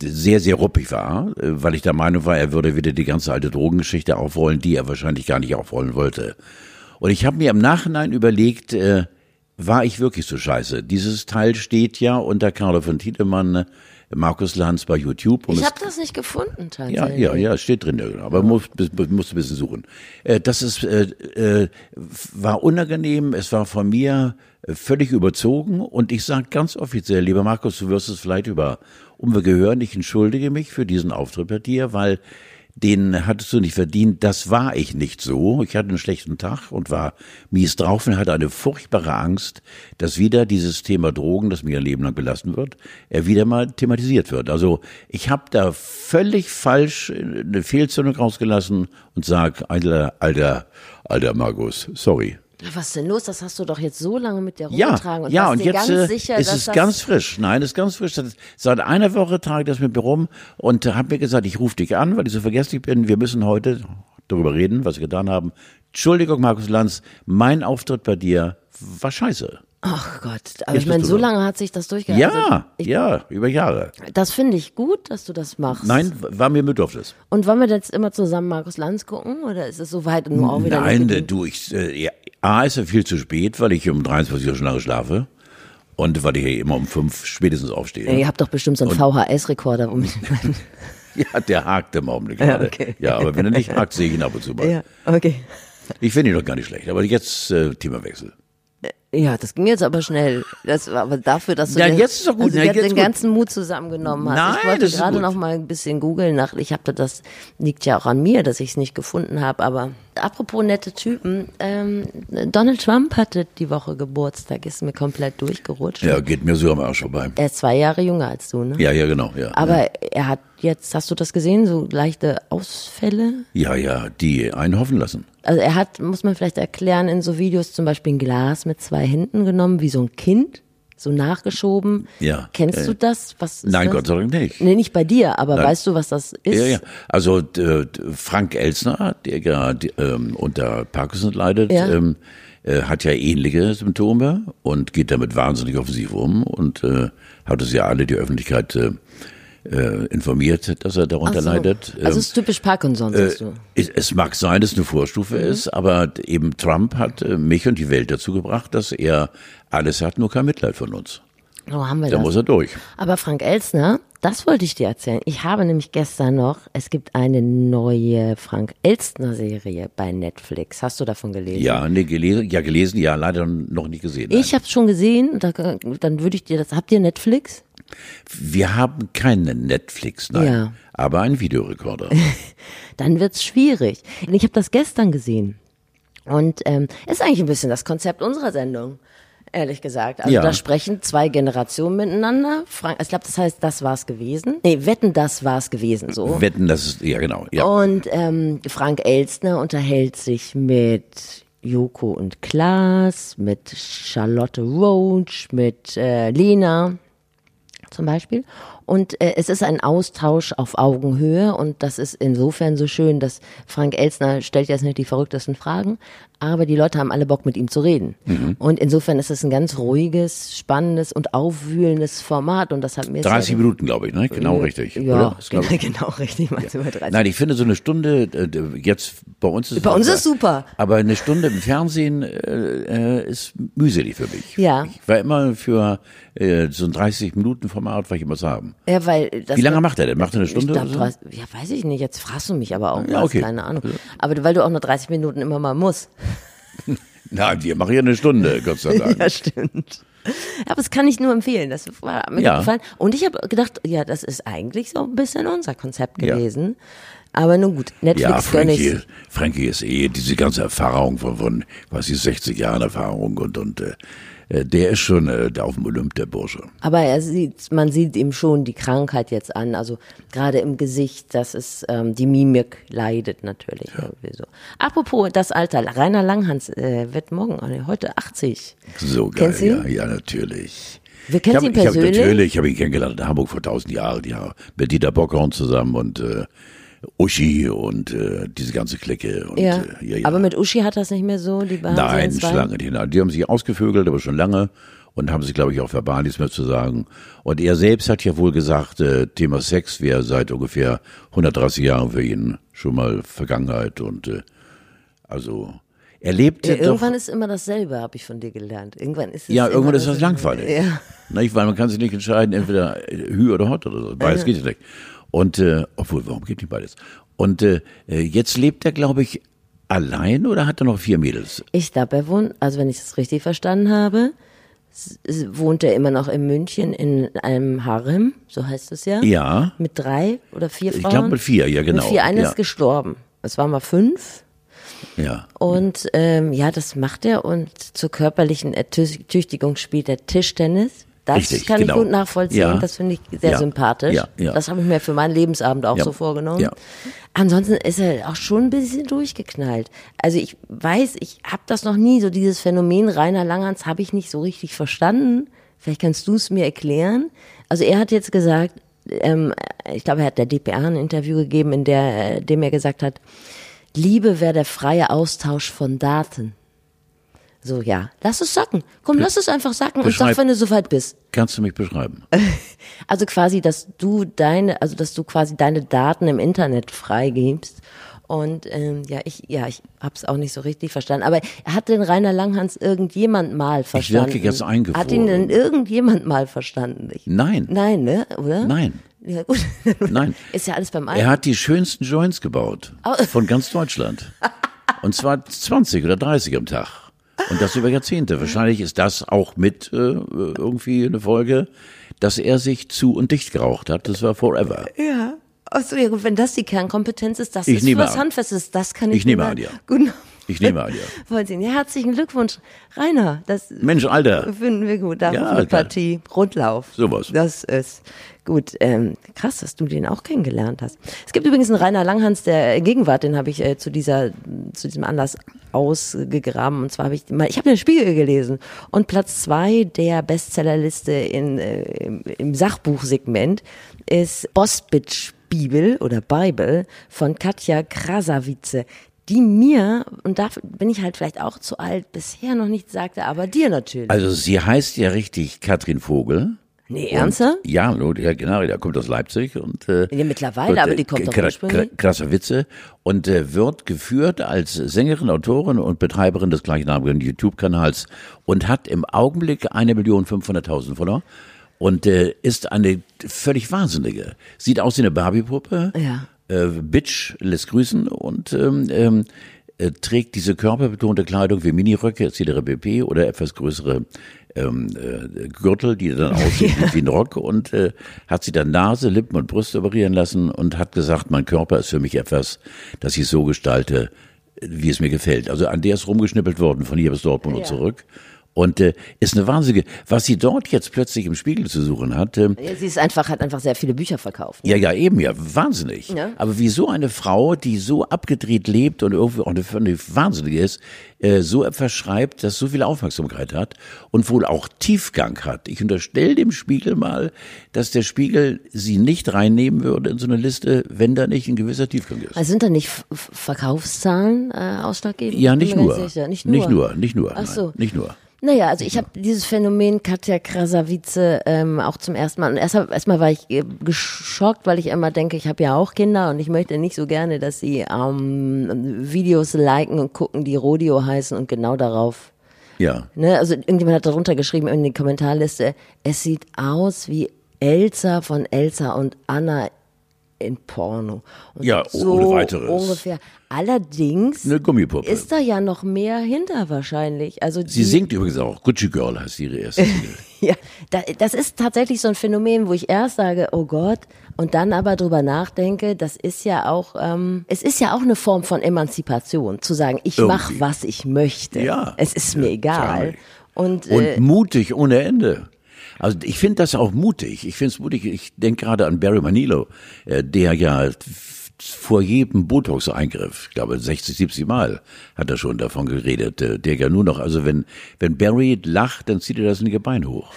Speaker 2: sehr, sehr ruppig war, äh, weil ich der Meinung war, er würde wieder die ganze alte Drogengeschichte aufrollen, die er wahrscheinlich gar nicht aufrollen wollte. Und ich habe mir im Nachhinein überlegt, äh, war ich wirklich so scheiße? Dieses Teil steht ja unter Carlo von Tiedemann, äh, Markus Lanz bei YouTube. Und
Speaker 1: Ich
Speaker 2: es-
Speaker 1: habe das nicht gefunden tatsächlich.
Speaker 2: ja, ja, ja, steht drin, ja, genau. aber musst, musst ein bisschen suchen. Äh, Das ist, äh, äh, war unangenehm, es war von mir äh, völlig überzogen und ich sage ganz offiziell, lieber Markus, du wirst es vielleicht über Umwege hören, ich entschuldige mich für diesen Auftritt bei dir, weil den hattest du nicht verdient, das war ich nicht so. Ich hatte einen schlechten Tag und war mies drauf und hatte eine furchtbare Angst, dass wieder dieses Thema Drogen, das mir ein Leben lang belassen wird, äh, wieder mal thematisiert wird. Also ich habe da völlig falsch äh, eine Fehlzündung rausgelassen und sag, alter, alter, alter Markus, sorry.
Speaker 1: Was ist denn los? Das hast du doch jetzt so lange mit dir
Speaker 2: Ja,
Speaker 1: rumgetragen. und
Speaker 2: ja,
Speaker 1: warst
Speaker 2: und
Speaker 1: dir
Speaker 2: jetzt
Speaker 1: ganz
Speaker 2: äh,
Speaker 1: sicher,
Speaker 2: ist
Speaker 1: dass
Speaker 2: es
Speaker 1: das
Speaker 2: ganz frisch. Nein, ist ganz frisch. Das, seit einer Woche trage ich das mit mir rum und äh, habe mir gesagt, ich rufe dich an, weil ich so vergesslich bin. Wir müssen heute darüber reden, was wir getan haben. Entschuldigung, Markus Lanz, mein Auftritt bei dir war scheiße.
Speaker 1: Ach Gott, aber
Speaker 2: Jetzt
Speaker 1: ich meine,
Speaker 2: bist
Speaker 1: so
Speaker 2: du dran.
Speaker 1: lange hat sich das durchgehalten. Also,
Speaker 2: Ja, ja, über Jahre.
Speaker 1: das finde ich gut, dass du das machst.
Speaker 2: Nein, war mir bedürftig.
Speaker 1: Und wollen wir jetzt immer zusammen Markus Lanz gucken oder ist es so weit nur auch wieder?
Speaker 2: Nein,
Speaker 1: nicht
Speaker 2: äh,
Speaker 1: gedient?
Speaker 2: du, ich, äh, ja, A ist ja viel zu spät, weil ich um 23 Uhr schon lange schlafe und weil ich ja immer um 5 spätestens aufstehe.
Speaker 1: Ihr habt doch bestimmt so einen VHS-Rekorder. Um
Speaker 2: Ja, der hakt im Augenblick gerade.
Speaker 1: okay.
Speaker 2: Ja, aber wenn er nicht hakt, sehe ich ihn ab und zu mal.
Speaker 1: ja, okay.
Speaker 2: Ich finde ihn doch gar nicht schlecht, aber jetzt äh, Themawechsel.
Speaker 1: Ja, das ging jetzt aber schnell. Das war aber dafür, dass du
Speaker 2: Ja,
Speaker 1: dir-
Speaker 2: jetzt ist doch gut.
Speaker 1: Also
Speaker 2: Ja,
Speaker 1: jetzt
Speaker 2: jetzt
Speaker 1: den
Speaker 2: gut.
Speaker 1: ganzen Mut zusammengenommen hast.
Speaker 2: Nein,
Speaker 1: ich wollte
Speaker 2: das ist
Speaker 1: gerade
Speaker 2: gut.
Speaker 1: noch mal ein bisschen googeln nach. Ich habe das liegt ja auch an mir, dass ich es nicht gefunden habe. Aber apropos nette Typen, ähm, Donald Trump hatte die Woche Geburtstag, ist mir komplett durchgerutscht.
Speaker 2: Ja, geht mir so am Arsch vorbei.
Speaker 1: Er ist zwei Jahre jünger als du, ne?
Speaker 2: Ja, ja, genau. Ja,
Speaker 1: Aber er hat jetzt, hast du das gesehen, so leichte Ausfälle?
Speaker 2: ja, ja, die einen hoffen lassen.
Speaker 1: Also er hat, muss man vielleicht erklären, in so Videos zum Beispiel ein Glas mit zwei Händen genommen, wie so ein Kind, so nachgeschoben.
Speaker 2: Ja,
Speaker 1: Kennst
Speaker 2: äh,
Speaker 1: du das? Was ist
Speaker 2: Nein,
Speaker 1: das?
Speaker 2: Gott sei Dank nicht.
Speaker 1: Nee, nicht bei dir, aber
Speaker 2: Nein.
Speaker 1: weißt du, was das ist?
Speaker 2: Ja, ja. Also d- d- Frank Elsner, der gerade ähm, unter Parkinson leidet,
Speaker 1: Ja.
Speaker 2: ähm, äh, hat ja ähnliche Symptome und geht damit wahnsinnig offensiv um und äh, hat es ja alle die Öffentlichkeit äh, äh, informiert, dass er
Speaker 1: Ach
Speaker 2: darunter
Speaker 1: so.
Speaker 2: leidet. Ähm,
Speaker 1: Also es ist typisch Parkinson, sagst du. Mhm.
Speaker 2: es, Äh, es mag sein, dass es eine Vorstufe ist, aber eben Trump hat äh, mich und die Welt dazu gebracht, dass er alles hat, nur kein Mitleid von uns.
Speaker 1: So haben wir
Speaker 2: Da
Speaker 1: das.
Speaker 2: muss er durch.
Speaker 1: Aber Frank Elsner, das wollte ich dir erzählen. Ich habe nämlich gestern noch, es gibt eine neue Frank Elsner-Serie bei Netflix. Hast du davon gelesen?
Speaker 2: Ja, nee, gelesen, ja, gelesen, ja, leider noch nicht gesehen.
Speaker 1: Ich habe es schon gesehen, da, dann würde ich dir das. Habt ihr Netflix?
Speaker 2: Wir haben keinen Netflix, nein,
Speaker 1: Ja.
Speaker 2: aber einen Videorekorder.
Speaker 1: Dann wird's schwierig. Ich habe das gestern gesehen und ähm, ist eigentlich ein bisschen das Konzept unserer Sendung. Ehrlich gesagt. Also
Speaker 2: Ja.
Speaker 1: da sprechen zwei Generationen miteinander. Frank, ich glaube, das heißt, das war's gewesen. Nee, wetten, das war's gewesen. So.
Speaker 2: Wetten, das ist, ja genau, ja.
Speaker 1: Und ähm, Frank Elstner unterhält sich mit Joko und Klaas, mit Charlotte Roach, mit äh, Lena zum Beispiel. Und äh, es ist ein Austausch auf Augenhöhe und das ist insofern so schön, dass Frank Elsner stellt jetzt nicht die verrücktesten Fragen, aber die Leute haben alle Bock mit ihm zu reden.
Speaker 2: Mhm.
Speaker 1: Und insofern ist es ein ganz ruhiges, spannendes und aufwühlendes Format und das hat mir sehr-
Speaker 2: 30 Minuten, glaube ich, ne? Genau richtig.
Speaker 1: Mhm. ja,
Speaker 2: oder? Ist, glaub ich.
Speaker 1: genau richtig, meinst du über 30
Speaker 2: Nein, ich finde so eine Stunde, äh, jetzt bei uns ist
Speaker 1: Also Bei
Speaker 2: es
Speaker 1: uns ist super.
Speaker 2: Aber eine Stunde im Fernsehen äh, äh, ist mühselig für mich.
Speaker 1: Ja.
Speaker 2: Ich war immer für äh, so ein 30-Minuten-Format, war ich immer zu haben.
Speaker 1: Ja, weil das
Speaker 2: Wie lange macht er denn? Macht er eine Stunde?
Speaker 1: Ich glaub,
Speaker 2: oder so?
Speaker 1: drei- ja, weiß ich nicht. Jetzt fragst du mich aber auch.
Speaker 2: Ja,
Speaker 1: was,
Speaker 2: okay.
Speaker 1: Keine Ahnung. Aber weil du auch nur 30 Minuten immer mal musst.
Speaker 2: Nein, wir machen ja eine Stunde, Gott sei Dank.
Speaker 1: Ja, stimmt. Aber es kann ich nur empfehlen. Das war mir
Speaker 2: Ja.
Speaker 1: gefallen. Und ich habe gedacht, ja, das ist eigentlich so ein bisschen unser Konzept
Speaker 2: Ja.
Speaker 1: gewesen. Aber nun gut,
Speaker 2: Ja,
Speaker 1: Netflix gönn
Speaker 2: Frankie,
Speaker 1: ich.
Speaker 2: Frankie ist eh diese ganze Erfahrung von, von was ist 60 Jahren Erfahrung und und äh, äh, der ist schon äh, auf dem Olymp der Bursche.
Speaker 1: Aber er sieht, man sieht ihm schon die Krankheit jetzt an. Also gerade im Gesicht, das ist ähm, die Mimik leidet natürlich. Irgendwie so. Apropos das Alter, Rainer Langhans äh, wird morgen, äh, heute 80.
Speaker 2: So geil,
Speaker 1: Kennst du ihn?
Speaker 2: ja, ja, natürlich.
Speaker 1: Wir kennen
Speaker 2: ich hab,
Speaker 1: ihn
Speaker 2: Ich
Speaker 1: persönlich?
Speaker 2: hab, natürlich, ich habe ihn kennengelernt in Hamburg vor tausend Jahren, ja, mit Dieter Bockhorn zusammen und äh, Uschi und äh, diese ganze Clique. Und,
Speaker 1: Ja.
Speaker 2: Äh, ja, ja.
Speaker 1: Aber mit Uschi hat das nicht mehr so, die beiden
Speaker 2: Nein,
Speaker 1: sind zwei.
Speaker 2: schon lange nicht. Nein, Die haben sich ausgevögelt, aber schon lange und haben sich, glaube ich, auch verbal nichts mehr zu sagen. Und er selbst hat ja wohl gesagt, äh, Thema Sex wäre seit ungefähr 130 Jahren für ihn schon mal Vergangenheit und äh, also er lebte
Speaker 1: Ja,
Speaker 2: doch.
Speaker 1: irgendwann ist immer dasselbe, habe ich von dir gelernt. Irgendwann ist es
Speaker 2: Ja,
Speaker 1: immer
Speaker 2: irgendwann ist das
Speaker 1: dasselbe.
Speaker 2: langweilig.
Speaker 1: Ja.
Speaker 2: Nicht, weil man kann sich nicht entscheiden, entweder äh, Hü oder Hot oder so. Beides geht ja nicht. Und äh, obwohl, warum gibt nicht beides? Und äh, äh, jetzt lebt er, glaube ich, allein oder hat er noch vier Mädels?
Speaker 1: Ich glaube, er wohnt, also wenn ich das richtig verstanden habe, s- s- wohnt er immer noch in München in einem Harem, so heißt es ja.
Speaker 2: Ja.
Speaker 1: Mit drei oder vier Frauen.
Speaker 2: Ich glaube mit vier, ja genau.
Speaker 1: Mit vier, eine
Speaker 2: ja,
Speaker 1: ist gestorben. Es waren mal fünf.
Speaker 2: ja.
Speaker 1: Und ähm, ja, das macht er. Und zur körperlichen Ertüchtigung spielt er Tischtennis. Das
Speaker 2: Richtig,
Speaker 1: kann
Speaker 2: genau.
Speaker 1: ich gut nachvollziehen.
Speaker 2: Ja.
Speaker 1: Das finde ich sehr
Speaker 2: Ja,
Speaker 1: sympathisch.
Speaker 2: ja, ja.
Speaker 1: Das habe ich mir für meinen Lebensabend auch
Speaker 2: Ja,
Speaker 1: so vorgenommen.
Speaker 2: ja.
Speaker 1: Ansonsten ist er auch schon ein bisschen durchgeknallt. Also ich weiß, ich habe das noch nie, so dieses Phänomen Rainer Langhans habe ich nicht so richtig verstanden. Vielleicht kannst du es mir erklären. Also er hat jetzt gesagt, ähm, ich glaube, er hat der DPA ein Interview gegeben, in der, äh, dem er gesagt hat, Liebe wäre der freie Austausch von Daten. So, ja. Lass es sacken. Komm, lass es einfach sacken und sag,
Speaker 2: Beschreib-
Speaker 1: wenn du soweit bist.
Speaker 2: Kannst du mich beschreiben?
Speaker 1: Also quasi, dass du deine, also dass du quasi deine Daten im Internet freigibst. Und ähm, ja, ich, ja, ich hab's auch nicht so richtig verstanden. Aber hat den Rainer Langhans irgendjemand mal verstanden?
Speaker 2: jetzt eingefroren.
Speaker 1: Hat ihn denn irgendjemand mal verstanden? Ich,
Speaker 2: Nein.
Speaker 1: Nein, ne? Oder?
Speaker 2: Nein.
Speaker 1: Ja, gut.
Speaker 2: Nein.
Speaker 1: Ist ja alles beim Alten. Oh.
Speaker 2: Er hat die schönsten Joints gebaut
Speaker 1: Au.
Speaker 2: von ganz Deutschland. Und zwar 20 oder 30 am Tag. Und das über Jahrzehnte. Wahrscheinlich ist das auch mit äh, irgendwie eine Folge, dass er sich zu und dicht geraucht hat. Das war forever.
Speaker 1: Ja. Achso, ja gut, wenn das die Kernkompetenz ist, das
Speaker 2: Ich
Speaker 1: ist
Speaker 2: nehme
Speaker 1: was
Speaker 2: an.
Speaker 1: Handfestes, das kann ich
Speaker 2: Ich nehme
Speaker 1: mir-
Speaker 2: an, ja.
Speaker 1: Guten
Speaker 2: Ich nehme an, ja.
Speaker 1: Wahnsinn. Ja, herzlichen Glückwunsch, Rainer. Das
Speaker 2: Mensch, Alter.
Speaker 1: finden wir gut. Da
Speaker 2: Ja,
Speaker 1: ja,
Speaker 2: klar.
Speaker 1: Partie, Rundlauf.
Speaker 2: Sowas.
Speaker 1: Das ist gut. Ähm, krass, dass du den auch kennengelernt hast. Es gibt übrigens einen Rainer Langhans der Gegenwart, den habe ich äh, zu dieser, zu diesem Anlass ausgegraben. Und zwar habe ich mal, ich habe den Spiegel gelesen und Platz zwei der Bestsellerliste in, äh, im, im Sachbuchsegment ist Bospitsch Bibel oder Bible von Katja Krasavice, die mir, und da bin ich halt vielleicht auch zu alt, bisher noch nichts sagte, aber dir natürlich.
Speaker 2: Also sie heißt ja richtig Katrin Vogel.
Speaker 1: nee,
Speaker 2: Und-
Speaker 1: ernsthaft?
Speaker 2: Ja, lo- ja, genau, der kommt aus Leipzig und äh,
Speaker 1: Ja, mittlerweile, aber die kommt doch
Speaker 2: kra-
Speaker 1: ursprünglich.
Speaker 2: kra- krasser Witze und äh, wird geführt als Sängerin, Autorin und Betreiberin des gleichnamigen YouTube-Kanals und hat im Augenblick 1.500.000 Follower und äh, ist eine völlig wahnsinnige. Sieht aus wie eine Barbie-Puppe.
Speaker 1: Ja.
Speaker 2: Äh, Bitch lässt grüßen und ähm, ähm, äh, trägt diese körperbetonte Kleidung wie Miniröcke etc. pp. oder etwas größere ähm, äh, Gürtel, die dann aussehen wie ein Rock und äh, hat sie dann Nase, Lippen und Brüste operieren lassen und hat gesagt, mein Körper ist für mich etwas, das ich so gestalte, wie es mir gefällt. Also an der ist rumgeschnippelt worden von hier bis Dortmund und zurück. Und äh, ist eine wahnsinnige, was sie dort jetzt plötzlich im Spiegel zu suchen hat, ähm,
Speaker 1: Ja, Sie ist einfach, hat einfach sehr viele Bücher verkauft. ne?
Speaker 2: ja, ja, eben, ja, wahnsinnig.
Speaker 1: Ja.
Speaker 2: Aber wie so eine Frau, die so abgedreht lebt und irgendwie auch eine, eine Wahnsinnige ist, äh, so etwas schreibt, das so viel Aufmerksamkeit hat und wohl auch Tiefgang hat. Ich unterstelle dem Spiegel mal, dass der Spiegel sie nicht reinnehmen würde in so eine Liste, wenn da nicht ein gewisser Tiefgang ist.
Speaker 1: Also sind da nicht F- F- Verkaufszahlen äh, ausschlaggebend?
Speaker 2: ja,
Speaker 1: Bin
Speaker 2: nicht
Speaker 1: mir ganz
Speaker 2: nur.
Speaker 1: sicher. Nicht nur.
Speaker 2: Nicht nur, nicht nur.
Speaker 1: Ach so.
Speaker 2: Nein, nicht nur.
Speaker 1: Naja, also ich habe dieses Phänomen Katja Krasavice ähm, auch zum ersten Mal. Und erst hab- erstmal war ich äh, geschockt, weil ich immer denke, ich habe ja auch Kinder und ich möchte nicht so gerne, dass sie ähm, Videos liken und gucken, die Rodeo heißen und genau darauf
Speaker 2: Ja.
Speaker 1: Ne, also irgendjemand hat darunter geschrieben in die Kommentarliste, es sieht aus wie Elsa von Elsa und Anna in Porno. Und
Speaker 2: Ja, o-
Speaker 1: so
Speaker 2: ohne weiteres.
Speaker 1: Ungefähr. Allerdings
Speaker 2: Eine Gummipuppe.
Speaker 1: ist da ja noch mehr hinter wahrscheinlich. Also
Speaker 2: Sie
Speaker 1: die-
Speaker 2: singt übrigens auch. Gucci Girl heißt ihre erste Single.
Speaker 1: Ja, da, das ist tatsächlich so ein Phänomen, wo ich erst sage, oh Gott, und dann aber drüber nachdenke, das ist ja auch, ähm, es ist ja auch eine Form von Emanzipation, zu sagen, ich mach,
Speaker 2: Irgendwie.
Speaker 1: was ich möchte.
Speaker 2: Ja.
Speaker 1: Es ist mir egal.
Speaker 2: klar.
Speaker 1: Und,
Speaker 2: Und
Speaker 1: äh,
Speaker 2: mutig ohne Ende. Also ich finde das auch mutig. Ich finde es mutig. Ich denke gerade an Barry Manilo, äh, der ja f- vor jedem Botox-Eingriff, ich glaube 60, 70 Mal hat er schon davon geredet, äh, der ja nur noch, also wenn, wenn Barry lacht, dann zieht er das linke Bein hoch.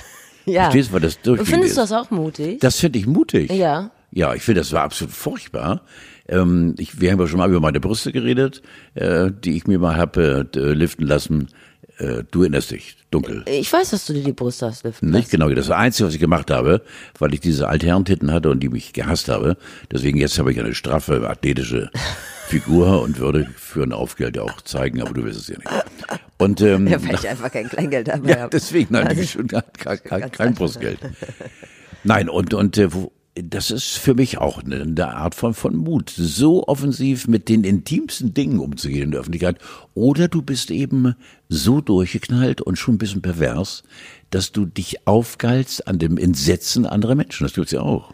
Speaker 1: ja.
Speaker 2: Verstehst du, weil das durch
Speaker 1: Findest
Speaker 2: ist.
Speaker 1: du das auch mutig?
Speaker 2: Das finde ich mutig.
Speaker 1: Ja.
Speaker 2: Ja, ich finde, das war absolut furchtbar. Ähm, ich, wir haben ja schon mal über meine Brüste geredet, äh, die ich mir mal habe äh, liften lassen. Äh, du erinnerst dich, dunkel.
Speaker 1: ich weiß, dass du dir die Brust hast lüften
Speaker 2: Nicht
Speaker 1: lassen.
Speaker 2: genau, das war das Einzige, was ich gemacht habe, weil ich diese Altherrentitten hatte und die mich gehasst habe. Deswegen jetzt habe ich eine straffe, athletische Figur und würde für ein Aufgeld auch zeigen, aber du willst es ja nicht. Und ähm,
Speaker 1: Ja, weil ich einfach kein Kleingeld dabei
Speaker 2: ja,
Speaker 1: habe.
Speaker 2: deswegen nein, ich schon gar- gar- gar- kein Brustgeld. Nein, und und äh, wo, das ist für mich auch eine, eine Art von von Mut, so offensiv mit den intimsten Dingen umzugehen in der Öffentlichkeit. Oder du bist eben so durchgeknallt und schon ein bisschen pervers, dass du dich aufgeilst an dem Entsetzen anderer Menschen. Das gibt's ja auch.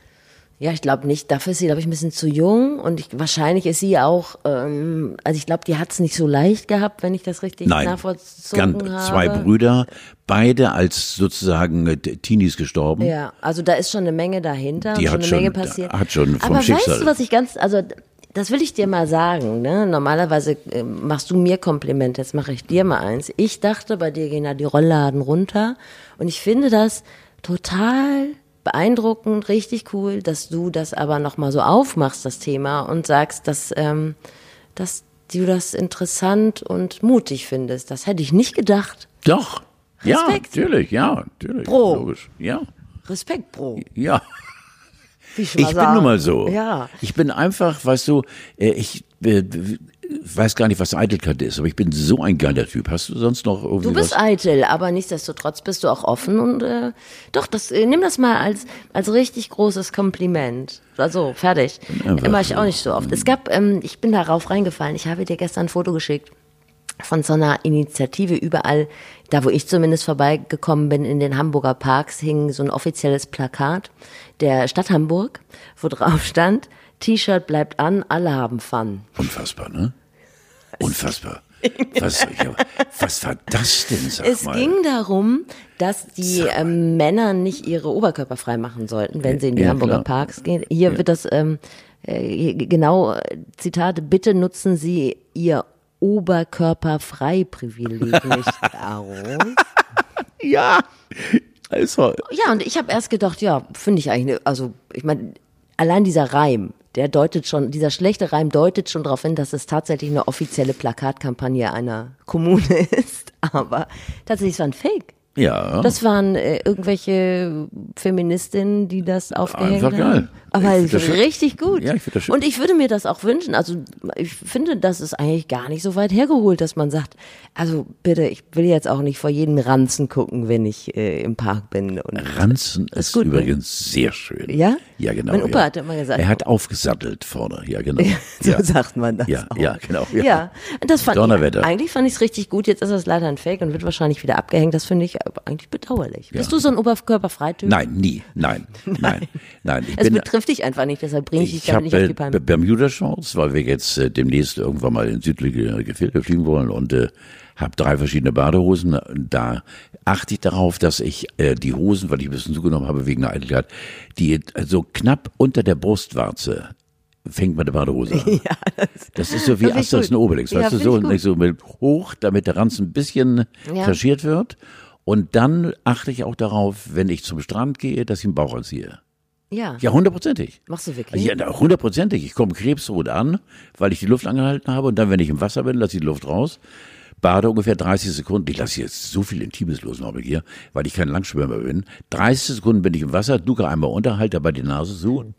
Speaker 1: Ja, ich glaube nicht. Dafür ist sie, glaube ich, ein bisschen zu jung und ich, wahrscheinlich ist sie auch, ähm, also ich glaube, die hat's nicht so leicht gehabt, wenn ich das richtig
Speaker 2: Nein,
Speaker 1: nachvollzogen
Speaker 2: ganz-
Speaker 1: habe.
Speaker 2: zwei Brüder, beide als sozusagen äh, Teenies gestorben.
Speaker 1: Ja, also da ist schon eine Menge dahinter,
Speaker 2: Hm? Die
Speaker 1: schon
Speaker 2: hat
Speaker 1: eine
Speaker 2: schon-
Speaker 1: Menge passiert.
Speaker 2: hat schon vom
Speaker 1: Aber
Speaker 2: Schicksal-
Speaker 1: weißt du, was ich ganz, also das will ich dir mal sagen. Ne? Normalerweise äh, machst du mir Komplimente, jetzt mache ich dir mal eins. Ich dachte, bei dir gehen da die Rollladen runter und ich finde das total beeindruckend, richtig cool, dass du das aber nochmal so aufmachst, das Thema, und sagst, dass, ähm, dass du das interessant und mutig findest. Das hätte ich nicht gedacht.
Speaker 2: Doch.
Speaker 1: Respekt.
Speaker 2: Ja, natürlich, ja, natürlich.
Speaker 1: Pro.
Speaker 2: Logisch. Ja.
Speaker 1: Respekt, Bro.
Speaker 2: Ja.
Speaker 1: wie ich schon mal
Speaker 2: Ich bin nun mal
Speaker 1: sage.
Speaker 2: so.
Speaker 1: Ja.
Speaker 2: Ich bin einfach, weißt du, äh, ich äh, weiß gar nicht, was Eitelkeit ist, aber ich bin so ein geiler Typ. Hast du sonst noch irgendwie
Speaker 1: Du bist
Speaker 2: was?
Speaker 1: eitel, aber nichtsdestotrotz bist du auch offen und äh, doch, das äh, nimm das mal als als richtig großes Kompliment. Also fertig.
Speaker 2: einfach
Speaker 1: Mach ich
Speaker 2: so.
Speaker 1: auch nicht so oft. Es gab, ähm, ich bin darauf reingefallen. Ich habe dir gestern ein Foto geschickt von so einer Initiative überall, da wo ich zumindest vorbeigekommen bin, in den Hamburger Parks hing so ein offizielles Plakat der Stadt Hamburg, wo drauf stand: T-Shirt bleibt an, alle haben Fun.
Speaker 2: Unfassbar, ne? Unfassbar. Was, ich hab, was war das denn, sag
Speaker 1: Es
Speaker 2: mal?
Speaker 1: ging darum, dass die ähm, Männer nicht ihre Oberkörper freimachen sollten, wenn sie in die
Speaker 2: Ja,
Speaker 1: Hamburger
Speaker 2: klar.
Speaker 1: Parks gehen. Hier wird das ähm, äh, hier g- genau äh, Zitate: Bitte nutzen Sie Ihr Oberkörperfrei-Privileg nicht aus.
Speaker 2: Ja. Also,
Speaker 1: Ja, und ich habe erst gedacht, ja, finde ich eigentlich, ne- also ich meine, allein dieser Reim, der deutet schon, dieser schlechte Reim deutet schon darauf hin, dass es tatsächlich eine offizielle Plakatkampagne einer Kommune ist. Aber tatsächlich es war ein Fake.
Speaker 2: ja.
Speaker 1: Das waren äh, irgendwelche Feministinnen, die das aufgehängt
Speaker 2: Einfach geil.
Speaker 1: haben.
Speaker 2: Ich
Speaker 1: Aber
Speaker 2: find das schön.
Speaker 1: richtig gut.
Speaker 2: Ja, ich find das schön.
Speaker 1: Und ich würde mir das auch wünschen. Also ich finde, das ist eigentlich gar nicht so weit hergeholt, dass man sagt, also bitte, ich will jetzt auch nicht vor jeden Ranzen gucken, wenn ich äh, im Park bin. Und
Speaker 2: Ranzen ist,
Speaker 1: gut, ne?
Speaker 2: übrigens sehr schön.
Speaker 1: Ja?
Speaker 2: Ja, genau.
Speaker 1: Mein Opa
Speaker 2: ja.
Speaker 1: hat immer gesagt-
Speaker 2: Er hat aufgesattelt vorne, ja, genau.
Speaker 1: so sagt man das.
Speaker 2: Ja,
Speaker 1: auch.
Speaker 2: ja, genau.
Speaker 1: Ja, das fand
Speaker 2: Donnerwetter.
Speaker 1: ich, eigentlich fand ich es richtig gut. Jetzt ist das leider ein Fake und wird wahrscheinlich wieder abgehängt. Das finde ich aber eigentlich bedauerlich. Bist du so ein Oberkörperfreityp?
Speaker 2: Nein, nie. Nein, nein, nein. Ich
Speaker 1: Es
Speaker 2: bin
Speaker 1: betrifft dich einfach nicht, deshalb bringe ich dich
Speaker 2: ich
Speaker 1: damit
Speaker 2: habe
Speaker 1: nicht auf die Palme.
Speaker 2: äh, Bermuda-Shorts, weil wir jetzt äh, demnächst irgendwann mal in südliche Gefilde fliegen wollen und äh, habe drei verschiedene Badehosen. Da achte ich darauf, dass ich äh, die Hosen, weil ich ein bisschen zugenommen habe wegen der Eitelkeit, die äh, so knapp unter der Brustwarze fängt meine Badehose an. das, ist so wie
Speaker 1: find ich
Speaker 2: Asterix
Speaker 1: gut.
Speaker 2: und Obelix,
Speaker 1: Ja,
Speaker 2: weißt du,
Speaker 1: find ich
Speaker 2: so, und
Speaker 1: gut.
Speaker 2: nicht so mit hoch, damit der Ranzen ein bisschen
Speaker 1: Ja.
Speaker 2: kaschiert wird. Und dann achte ich auch darauf, wenn ich zum Strand gehe, dass ich einen Bauch anziehe.
Speaker 1: Ja.
Speaker 2: Ja, hundertprozentig.
Speaker 1: Machst du wirklich?
Speaker 2: Ja, na, hundertprozentig. Ich komme krebsrot an, weil ich die Luft angehalten habe und dann, wenn ich im Wasser bin, lasse ich die Luft raus. Bade ungefähr 30 Sekunden. Ich lasse jetzt so viel Intimes los, Norbert, hier, weil ich kein Langschwimmer bin. 30 Sekunden bin ich im Wasser, ducke einmal unter, halte dabei die Nase so, und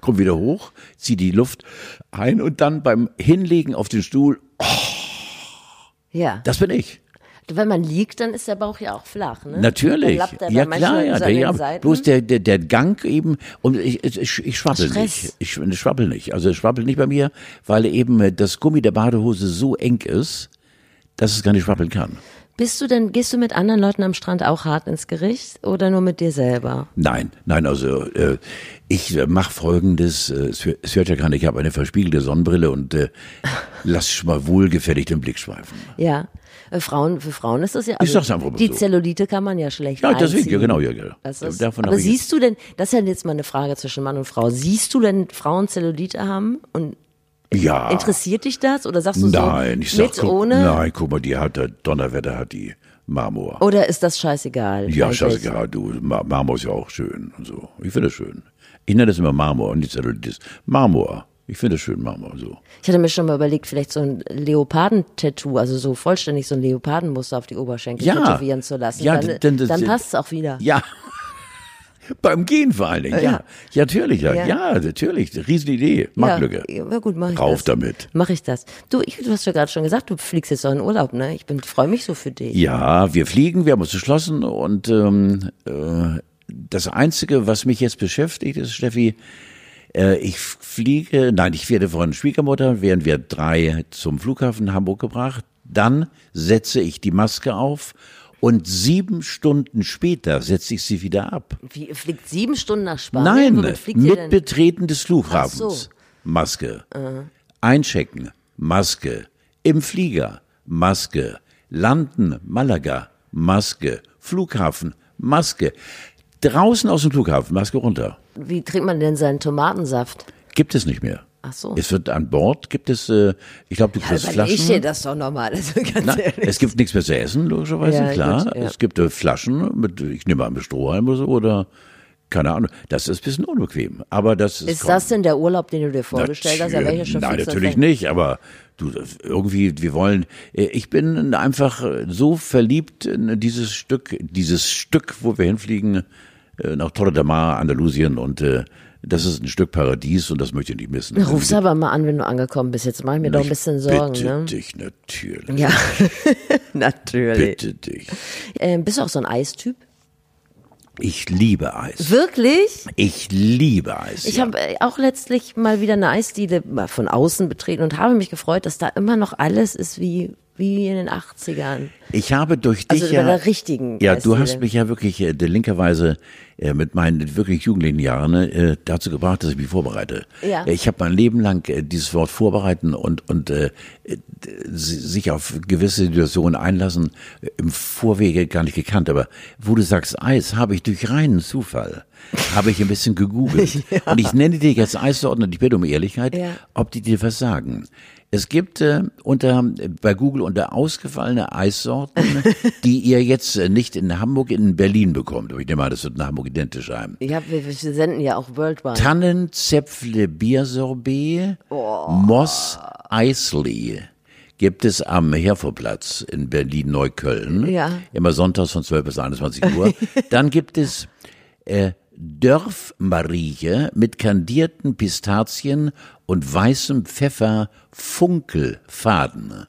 Speaker 2: komm wieder hoch, zieh die Luft ein und dann beim Hinlegen auf den Stuhl,
Speaker 1: Ja.
Speaker 2: das bin ich.
Speaker 1: Wenn man liegt, dann ist der Bauch ja auch flach, ne?
Speaker 2: Natürlich.
Speaker 1: Dann lappt er
Speaker 2: Ja
Speaker 1: bei
Speaker 2: klar,
Speaker 1: manchen
Speaker 2: ja.
Speaker 1: an
Speaker 2: Der, ja
Speaker 1: seinen Seiten.
Speaker 2: bloß der, der, der Gang eben und ich, ich, ich schwabbel
Speaker 1: Stress.
Speaker 2: nicht. Ich, ich schwabbel nicht. Also ich schwabbel nicht bei mir, weil eben äh, das Gummi der Badehose so eng ist, dass es gar nicht schwabbeln kann.
Speaker 1: Bist du denn, gehst du mit anderen Leuten am Strand auch hart ins Gericht oder nur mit dir selber?
Speaker 2: Nein, nein, also äh, ich äh, mache folgendes, äh, es hör- es hört ja keiner, ich habe eine verspiegelte Sonnenbrille und äh, lass schon mal wohlgefällig den Blick schweifen.
Speaker 1: Ja. Äh, Frauen, für Frauen ist das ja. also
Speaker 2: sag's einfach mal
Speaker 1: Die
Speaker 2: so.
Speaker 1: Zellulite kann man ja schlecht
Speaker 2: Ja, deswegen,
Speaker 1: einziehen.
Speaker 2: ja, genau, ja, ja.
Speaker 1: Das ist,
Speaker 2: Davon
Speaker 1: aber
Speaker 2: habe ich
Speaker 1: siehst du denn, das ist ja jetzt mal eine Frage zwischen Mann und Frau. Siehst du denn, Frauen Zellulite haben und
Speaker 2: Ja.
Speaker 1: interessiert dich das? Oder sagst du
Speaker 2: Ah. Nein,
Speaker 1: so,
Speaker 2: ich sag,
Speaker 1: mit,
Speaker 2: guck,
Speaker 1: ohne?
Speaker 2: nein, guck mal, die hat, der Donnerwetter hat die Marmor.
Speaker 1: Oder ist das scheißegal?
Speaker 2: Ja,
Speaker 1: eigentlich?
Speaker 2: scheißegal, du, Ma- Marmor ist ja auch schön und so. Ich finde das schön. Ich nenne das immer Marmor und nicht Zellulitis. Marmor. Ich finde das schön, Marmor, so.
Speaker 1: Ich hatte mir schon mal überlegt, vielleicht so ein Leoparden-Tattoo, also so vollständig so ein Leopardenmuster auf die Oberschenkel
Speaker 2: Ja.
Speaker 1: tätowieren zu lassen.
Speaker 2: Ja,
Speaker 1: dann
Speaker 2: denn das-
Speaker 1: dann passt es auch wieder.
Speaker 2: Ja. Beim Gehen vor allen Dingen, ja. ja.
Speaker 1: Ja.
Speaker 2: natürlich, ja.
Speaker 1: Ja.
Speaker 2: Ja, natürlich. Riesenidee. Marktlücke.
Speaker 1: Ja, ja, gut, mach ich
Speaker 2: Rauf
Speaker 1: das.
Speaker 2: damit.
Speaker 1: Mach ich das. Du, ich, du hast ja gerade schon gesagt, du fliegst jetzt doch in Urlaub, ne? Ich bin freue mich so für dich.
Speaker 2: Ja, wir fliegen, wir haben uns beschlossen und ähm, äh, das Einzige, was mich jetzt beschäftigt, ist, Steffi, äh, ich fliege, nein, ich werde von Schwiegermutter, werden wir drei zum Flughafen Hamburg gebracht, dann setze ich die Maske auf und sieben Stunden später setze ich sie wieder ab.
Speaker 1: Wie, ihr fliegt sieben Stunden nach Spanien?
Speaker 2: Nein,
Speaker 1: Womit fliegt ihr
Speaker 2: mit
Speaker 1: denn?
Speaker 2: Betreten des Flughafens.
Speaker 1: Ach so.
Speaker 2: Maske. Einchecken. Maske. Im Flieger. Maske. Landen. Malaga. Maske. Flughafen. Maske. Draußen aus dem Flughafen. Maske runter.
Speaker 1: Wie trinkt man denn seinen Tomatensaft?
Speaker 2: Gibt es nicht mehr.
Speaker 1: Ach so.
Speaker 2: Es wird an Bord, gibt es, äh, ich glaube, du kriegst Flaschen.
Speaker 1: ich Also, dir das doch nochmal. Also ganz
Speaker 2: Na,
Speaker 1: ehrlich.
Speaker 2: es gibt nichts mehr zu essen, logischerweise,
Speaker 1: Ja,
Speaker 2: klar.
Speaker 1: gut, ja.
Speaker 2: Es gibt äh, Flaschen mit, ich nehme mal mit Strohhalm oder so, oder keine Ahnung. Das ist ein bisschen unbequem. Aber das ist.
Speaker 1: Ist das denn der Urlaub, den du dir vorgestellt hast? Da wär ich ja
Speaker 2: Natürlich-
Speaker 1: schon
Speaker 2: Nein,
Speaker 1: fix
Speaker 2: natürlich
Speaker 1: davon.
Speaker 2: nicht, aber du, das- irgendwie, wir wollen, äh, ich bin einfach äh, so verliebt in dieses Stück, dieses Stück, wo wir hinfliegen, äh, nach Torre del Mar, Andalusien und äh, das ist ein Stück Paradies und das möchte ich nicht missen.
Speaker 1: Na, Ruf's aber mal an, wenn du angekommen bist. Jetzt mach ich mir doch ein bisschen Sorgen,
Speaker 2: bitte
Speaker 1: ne?
Speaker 2: dich, natürlich.
Speaker 1: Ja, natürlich.
Speaker 2: Bitte dich.
Speaker 1: Ähm, bist du auch so ein Eistyp?
Speaker 2: Ich liebe Eis.
Speaker 1: Wirklich?
Speaker 2: Ich liebe Eis.
Speaker 1: Ich
Speaker 2: ja.
Speaker 1: habe äh, auch letztlich mal wieder eine Eisdiele mal von außen betreten und habe mich gefreut, dass da immer noch alles ist wie, wie in den 80ern.
Speaker 2: Ich habe durch dich
Speaker 1: Also
Speaker 2: ja
Speaker 1: bei der richtigen
Speaker 2: Ja, du
Speaker 1: Eisdiele.
Speaker 2: hast mich ja wirklich äh, der linkerweise äh, mit meinen wirklich jugendlichen Jahren äh, dazu gebracht, dass ich mich vorbereite.
Speaker 1: Ja.
Speaker 2: Äh, Ich habe mein Leben lang äh, dieses Wort vorbereiten und und äh, äh, si- sich auf gewisse Situationen einlassen äh, im Vorwege gar nicht gekannt, aber wo du sagst Eis, habe ich durch reinen Zufall habe ich ein bisschen gegoogelt und ich nenne dir jetzt Eissorten und ich bitte um Ehrlichkeit,
Speaker 1: Ja.
Speaker 2: ob die dir was sagen. Es gibt äh, unter bei Google unter ausgefallene Eissorten, die ihr jetzt äh, nicht in Hamburg, in Berlin bekommt. Aber ich nehme an, das wird in Hamburg identisch sein.
Speaker 1: Ja, wir, wir senden ja auch worldwide.
Speaker 2: Tannenzäpfle Biersorbet, Moss Eisley gibt es am Hervorplatz in Berlin-Neukölln.
Speaker 1: Ja.
Speaker 2: Immer sonntags von 12 bis 21 Uhr. Dann gibt es Dörfmarie mit kandierten Pistazien und weißem Pfeffer Funkelfaden.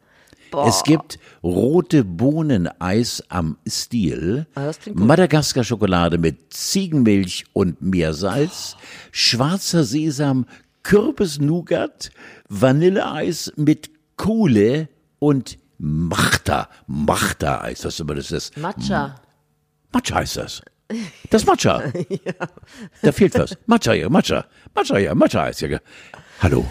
Speaker 2: Es gibt rote Bohneneis am Stiel,
Speaker 1: Ah, das klingt gut.
Speaker 2: Madagaskar-Schokolade mit Ziegenmilch und Meersalz, schwarzer Sesam, Kürbis-Nougat, Vanilleeis mit Kohle und Machta, Machta-Eis, was immer das ist.
Speaker 1: Matcha.
Speaker 2: Matcha heißt das. Das Matcha. Da fehlt was. Matcha, ja, Matcha. Matcha, ja, Matcha heißt ja. Hallo.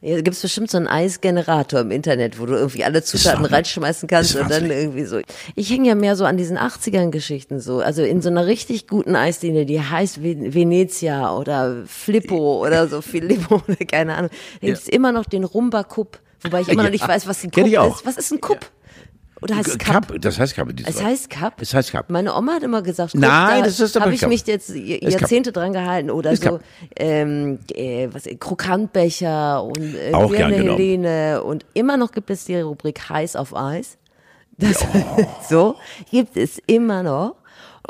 Speaker 1: Ja, da gibt's bestimmt so einen Eisgenerator im Internet, wo du irgendwie alle Zutaten
Speaker 2: Wahnsinn.
Speaker 1: reinschmeißen kannst
Speaker 2: Ist
Speaker 1: und dann
Speaker 2: Wahnsinn.
Speaker 1: irgendwie so. Ich hänge ja mehr so an diesen 80ern-Geschichten so. Also in so einer richtig guten Eisdiele, die heißt Ve- Venezia oder Flippo oder so Filippo oder keine Ahnung. Da gibt's immer noch den Rumba-Cup, wobei ich immer noch
Speaker 2: Ja.
Speaker 1: nicht weiß, was ein
Speaker 2: Kenn
Speaker 1: Cup
Speaker 2: ich auch.
Speaker 1: ist. Was ist ein Cup? Oder heißt es Cup?
Speaker 2: Das heißt Cup. dieses
Speaker 1: Es
Speaker 2: Wort.
Speaker 1: heißt Cup.
Speaker 2: Es heißt Cup.
Speaker 1: Meine Oma hat immer gesagt, guck,
Speaker 2: Nein,
Speaker 1: da
Speaker 2: das ist aber
Speaker 1: habe ich
Speaker 2: Cup.
Speaker 1: mich jetzt
Speaker 2: Ist Cup.
Speaker 1: Jahrzehnte dran gehalten oder
Speaker 2: Ist
Speaker 1: so
Speaker 2: Cup.
Speaker 1: ähm, äh, was Krokantbecher und äh,
Speaker 2: Auch gern
Speaker 1: Birne
Speaker 2: genommen.
Speaker 1: Helene und immer noch gibt es die Rubrik heiß auf Eis. Das so gibt es immer noch.